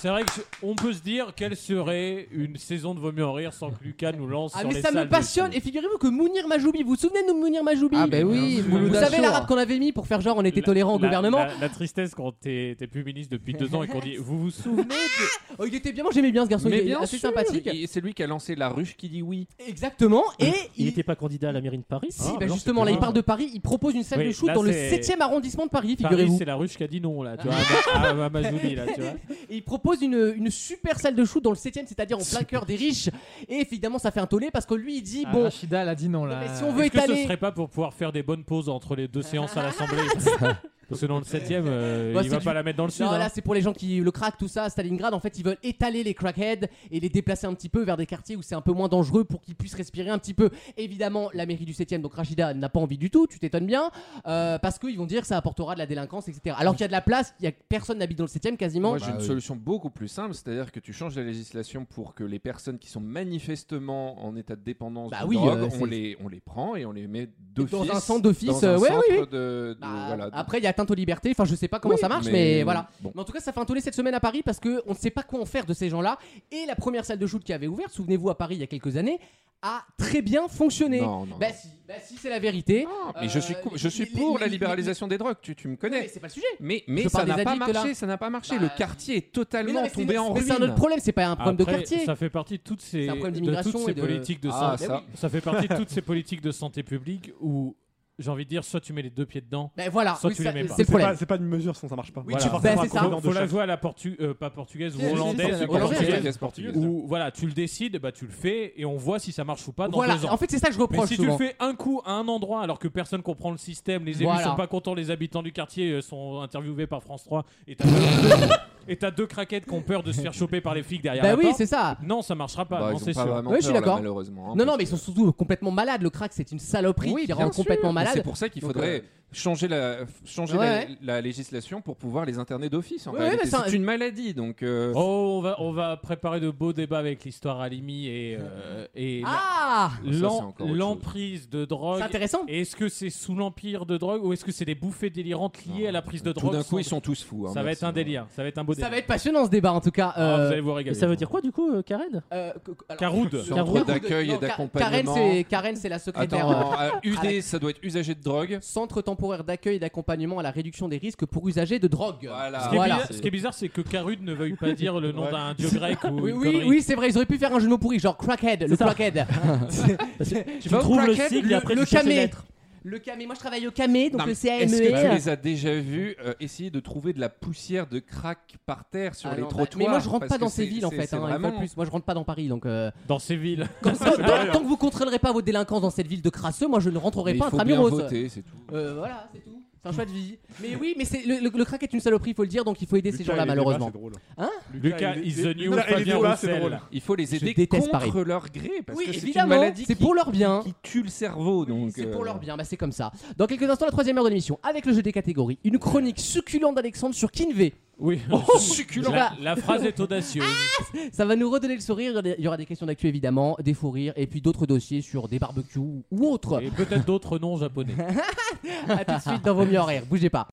Speaker 4: C'est vrai que je- on peut se dire quelle serait une saison de Vaut mieux en rire sans que Lucas nous lance
Speaker 5: Ah,
Speaker 4: sur
Speaker 5: mais
Speaker 4: les
Speaker 5: ça me
Speaker 4: salles de
Speaker 5: passionne. Et figurez-vous que Mounir Majoubi, vous vous souvenez de Mounir Majoubi
Speaker 7: Ah, bah oui,
Speaker 5: Vous
Speaker 7: Mouloud
Speaker 5: savez
Speaker 7: Achour.
Speaker 5: l'arabe qu'on avait mis pour faire genre on était
Speaker 4: La-
Speaker 5: tolérant au
Speaker 4: la-
Speaker 5: gouvernement
Speaker 4: La, la tristesse quand t'es t'es plus ministre depuis deux ans et qu'on dit vous vous souvenez de-
Speaker 5: Oh, Il était bien, moi j'aimais bien ce garçon, il
Speaker 9: Mais
Speaker 5: était
Speaker 9: bien
Speaker 5: assez
Speaker 9: sûr,
Speaker 5: sympathique.
Speaker 9: il- C'est lui qui a lancé la ruche qui dit oui.
Speaker 5: Exactement, et
Speaker 3: Il n'était pas candidat à la mairie de Paris
Speaker 4: Ah,
Speaker 5: Si, bah justement, là, il parle de Paris, il propose une salle
Speaker 4: Oui,
Speaker 5: de shoot
Speaker 4: là,
Speaker 5: dans le
Speaker 4: c'est-
Speaker 5: 7 e arrondissement de Paris,
Speaker 4: Paris,
Speaker 5: figurez-vous.
Speaker 4: c'est la ruche qui a dit non là, tu vois, à, à- à Majoubi, là, tu vois.
Speaker 5: Et il propose pose une, une super salle de shoot dans le 7ème, c'est-à-dire en plein cœur des riches. Et évidemment, ça fait un tollé parce que lui, il dit
Speaker 2: Ah,
Speaker 5: Bon,
Speaker 2: Rachida, elle a dit non là.
Speaker 5: mais si on veut
Speaker 4: Est-ce que
Speaker 5: étaler-
Speaker 4: ce serait pas pour pouvoir faire des bonnes pauses entre les deux séances à l'Assemblée Parce que dans le 7ème, euh,
Speaker 5: Bah,
Speaker 4: il va
Speaker 5: c'est
Speaker 4: pas
Speaker 5: du-
Speaker 4: la mettre dans le sud.
Speaker 5: Non, là,
Speaker 4: hein.
Speaker 5: c'est pour les gens qui le craquent, tout ça. à Stalingrad, en fait, ils veulent étaler les crackheads et les déplacer un petit peu vers des quartiers où c'est un peu moins dangereux pour qu'ils puissent respirer un petit peu. Évidemment, la mairie du 7ème, donc Rachida, n'a pas envie du tout, tu t'étonnes bien, euh, parce qu'ils vont dire que ça apportera de la délinquance, etc. Alors qu'il y a de la place, il y a personne n'habite dans le 7ème quasiment.
Speaker 7: Moi, j'ai une solution beaucoup plus simple, c'est-à-dire que tu changes la législation pour que les personnes qui sont manifestement en état de dépendance
Speaker 5: Bah
Speaker 7: de
Speaker 5: oui,
Speaker 7: drogue,
Speaker 5: euh, c'est-
Speaker 7: on, les, on les prend et on les met d'office.
Speaker 5: Dans un centre d'office,
Speaker 7: dans un
Speaker 5: euh, ouais,
Speaker 7: centre
Speaker 5: oui, oui.
Speaker 7: de- de- bah, euh, voilà, de-
Speaker 5: Après, il y a atteinte aux libertés. Enfin, je sais pas comment
Speaker 7: Oui,
Speaker 5: ça marche, mais,
Speaker 7: mais
Speaker 5: voilà.
Speaker 7: bon.
Speaker 5: Mais en tout cas, ça fait un tollé cette semaine à Paris parce qu'on ne sait pas quoi en faire de ces gens-là. Et la première salle de shoot qui avait ouvert, souvenez-vous, à Paris il y a quelques années, a très bien fonctionné.
Speaker 7: Non, non,
Speaker 5: bah, euh, Si, bah si, c'est la vérité.
Speaker 7: Mais je suis, cou- je suis pour la libéralisation des drogues, tu, tu me connais. Mais
Speaker 5: c'est pas le sujet.
Speaker 7: Mais, mais
Speaker 5: Je
Speaker 7: ça
Speaker 5: parle
Speaker 7: n'a
Speaker 5: des
Speaker 7: pas
Speaker 5: addicts,
Speaker 7: marché,
Speaker 5: là.
Speaker 7: ça n'a pas marché.
Speaker 5: Bah,
Speaker 7: le quartier est totalement
Speaker 5: mais c'est-
Speaker 7: tombé en
Speaker 5: mais
Speaker 7: ruine.
Speaker 5: c'est un autre problème, c'est pas un problème de
Speaker 4: Après,
Speaker 5: quartier.
Speaker 4: Ça fait partie de toutes ces,
Speaker 5: C'est un problème
Speaker 4: de
Speaker 5: d'immigration
Speaker 4: toutes
Speaker 5: et
Speaker 4: ces
Speaker 5: de-
Speaker 4: politiques de
Speaker 5: Ah,
Speaker 4: santé.
Speaker 5: ça.
Speaker 4: Ça fait partie de toutes ces politiques de santé publique où j'ai envie de dire soit tu mets les deux pieds dedans,
Speaker 5: Ben voilà,
Speaker 4: soit
Speaker 5: oui,
Speaker 4: tu
Speaker 5: ça-
Speaker 4: les mets pas.
Speaker 5: c'est le problème.
Speaker 6: pas- C'est pas une mesure sans ça marche pas.
Speaker 4: Oui,
Speaker 5: Bah,
Speaker 4: tu
Speaker 6: Voilà.
Speaker 4: forces pas à comprendre. Faut la jouer à la portu- euh, pas portugaise ou
Speaker 6: Si, si, si,
Speaker 4: hollandaise,
Speaker 6: c'est
Speaker 4: ou
Speaker 6: hollandaise,
Speaker 4: portugaise,
Speaker 6: portugaise.
Speaker 4: où voilà, tu le décides, bah tu le fais et on voit si ça marche ou pas dans
Speaker 5: Voilà,
Speaker 4: deux ans.
Speaker 5: en fait, c'est ça que je
Speaker 4: Mais
Speaker 5: reproche
Speaker 4: si
Speaker 5: souvent.
Speaker 4: tu le fais un coup à un endroit alors que personne comprend le système, les élus
Speaker 5: Voilà.
Speaker 4: sont pas contents, les habitants du quartier euh, sont interviewés par France 3 et t'as deux- et t'as deux craquettes qui ont peur de se faire choper par les flics derrière.
Speaker 5: Bah
Speaker 4: la
Speaker 5: oui,
Speaker 4: porte.
Speaker 5: c'est ça.
Speaker 4: Non, ça marchera pas.
Speaker 7: Bah,
Speaker 4: non,
Speaker 7: ils ont
Speaker 4: c'est
Speaker 7: pas
Speaker 4: sûr.
Speaker 7: vraiment
Speaker 5: Oui, je suis
Speaker 7: peur, là,
Speaker 5: d'accord.
Speaker 7: malheureusement. hein,
Speaker 5: non, non,
Speaker 7: parce
Speaker 5: mais ils sont
Speaker 7: que-
Speaker 5: surtout complètement malades. Le crack, c'est une saloperie qui
Speaker 7: bien
Speaker 5: rend
Speaker 7: sûr.
Speaker 5: complètement
Speaker 7: Mais
Speaker 5: malade.
Speaker 7: C'est pour ça qu'il
Speaker 5: Donc,
Speaker 7: faudrait
Speaker 5: euh,
Speaker 7: changer, la, changer
Speaker 5: Ouais,
Speaker 7: la-
Speaker 5: ouais.
Speaker 7: la, législation pour pouvoir les interner d'office. en
Speaker 5: Ouais,
Speaker 7: réalité.
Speaker 5: mais ça-
Speaker 7: c'est une maladie, donc. euh,
Speaker 4: Oh, on va, on va préparer de beaux débats avec l'histoire Alimi et, euh, et la-
Speaker 5: Ah
Speaker 4: l'en-
Speaker 7: Ça, c'est encore autre chose.
Speaker 4: l'emprise de drogue.
Speaker 5: C'est intéressant.
Speaker 4: Est-ce que c'est sous l'empire de drogue ou est-ce que c'est des bouffées délirantes liées à la prise de
Speaker 7: Tout
Speaker 4: drogue
Speaker 7: d'un coup,
Speaker 4: sans-
Speaker 7: ils sont tous fous, hein,
Speaker 4: ça va
Speaker 7: merci,
Speaker 4: être un délire. Ça va être un beau
Speaker 5: Ça
Speaker 4: délire.
Speaker 5: va être passionnant ce débat en tout cas.
Speaker 4: Ah,
Speaker 5: euh,
Speaker 4: vous allez vous régaler.
Speaker 14: Ça veut dire quoi du coup, euh, Karen
Speaker 5: euh, que- que- alors-
Speaker 4: Caroud.
Speaker 7: Centre
Speaker 5: Caroud.
Speaker 7: d'accueil et
Speaker 5: Non, Ka-
Speaker 7: d'accompagnement.
Speaker 5: Karen, c'est- Karen, c'est la secrétaire.
Speaker 7: Attends,
Speaker 5: euh,
Speaker 7: euh,
Speaker 5: à la-
Speaker 7: UD, ça doit être usager de drogue.
Speaker 5: Centre temporaire d'accueil et d'accompagnement à la réduction des risques pour usagers de drogue.
Speaker 7: Voilà.
Speaker 4: Ce qui est bizarre- Ce qui est bizarre, c'est que Carud ne veuille pas dire le nom
Speaker 7: Ouais.
Speaker 4: d'un dieu grec ou.
Speaker 5: Oui,
Speaker 4: une
Speaker 5: oui,
Speaker 4: connerie.
Speaker 5: oui, c'est vrai, ils auraient pu faire un jeu de mots pourri, genre crackhead, le
Speaker 4: ça.
Speaker 5: crackhead.
Speaker 14: Tu trouves le sigle et après
Speaker 5: le
Speaker 14: tu cherches les
Speaker 5: camé.
Speaker 14: lettres.
Speaker 5: Le camé, moi je travaille au camé, donc
Speaker 7: Non,
Speaker 5: le
Speaker 7: mais
Speaker 5: CAME.
Speaker 7: Est-ce que tu les as déjà vus euh, essayer de trouver de la poussière de crack par terre sur
Speaker 5: Ah
Speaker 7: les
Speaker 5: non, bah,
Speaker 7: trottoirs
Speaker 5: mais moi je rentre
Speaker 7: parce
Speaker 5: pas
Speaker 7: que
Speaker 5: dans ces
Speaker 7: c'est-
Speaker 5: villes en
Speaker 7: c'est-
Speaker 5: fait,
Speaker 7: c'est
Speaker 5: hein, une fois de
Speaker 7: vraiment-
Speaker 5: plus. Moi je rentre pas dans Paris donc. euh,
Speaker 4: Dans ces villes.
Speaker 5: Comme ça, tant, tant que vous contrôlerez pas votre délinquance dans cette ville de crasseux, moi je ne rentrerai
Speaker 7: Mais
Speaker 5: pas
Speaker 7: il faut bien
Speaker 5: intramuros.
Speaker 7: voter, c'est tout.
Speaker 5: Euh, voilà, c'est tout. C'est un choix de vie. Mais oui, mais c'est le, le- le crack est une saloperie, il faut le dire, donc il faut aider ces
Speaker 6: Lucas
Speaker 5: gens-là
Speaker 6: et les
Speaker 5: malheureusement.
Speaker 6: débats, c'est drôle.
Speaker 5: Hein
Speaker 4: Lucas
Speaker 6: et les-
Speaker 4: is
Speaker 6: les-
Speaker 4: the new
Speaker 6: Lucas et les
Speaker 4: Fabien
Speaker 6: débats, c'est
Speaker 4: Roussel.
Speaker 6: drôle.
Speaker 7: Il faut les
Speaker 5: Je
Speaker 7: aider
Speaker 5: déteste
Speaker 7: contre
Speaker 5: Paris.
Speaker 7: leur gré parce
Speaker 5: Oui,
Speaker 7: que c'est une
Speaker 5: évidemment,
Speaker 7: maladie
Speaker 5: c'est
Speaker 7: qui,
Speaker 5: pour leur bien.
Speaker 7: qui tue le cerveau donc.
Speaker 5: C'est
Speaker 7: euh,
Speaker 5: pour leur bien, bah c'est comme ça. Dans quelques instants, la troisième heure de l'émission, avec le jeu des catégories, une chronique succulente d'Alexandre sur Kinvey.
Speaker 4: Oui.
Speaker 5: Oh, succulent.
Speaker 4: La, la phrase est audacieuse.
Speaker 5: Ça va nous redonner le sourire. Il y aura des questions d'actu évidemment, des faux rires et puis d'autres dossiers sur des barbecues ou autres.
Speaker 4: Et peut-être d'autres noms japonais.
Speaker 5: A tout de suite dans vos mieux horaires. Bougez pas.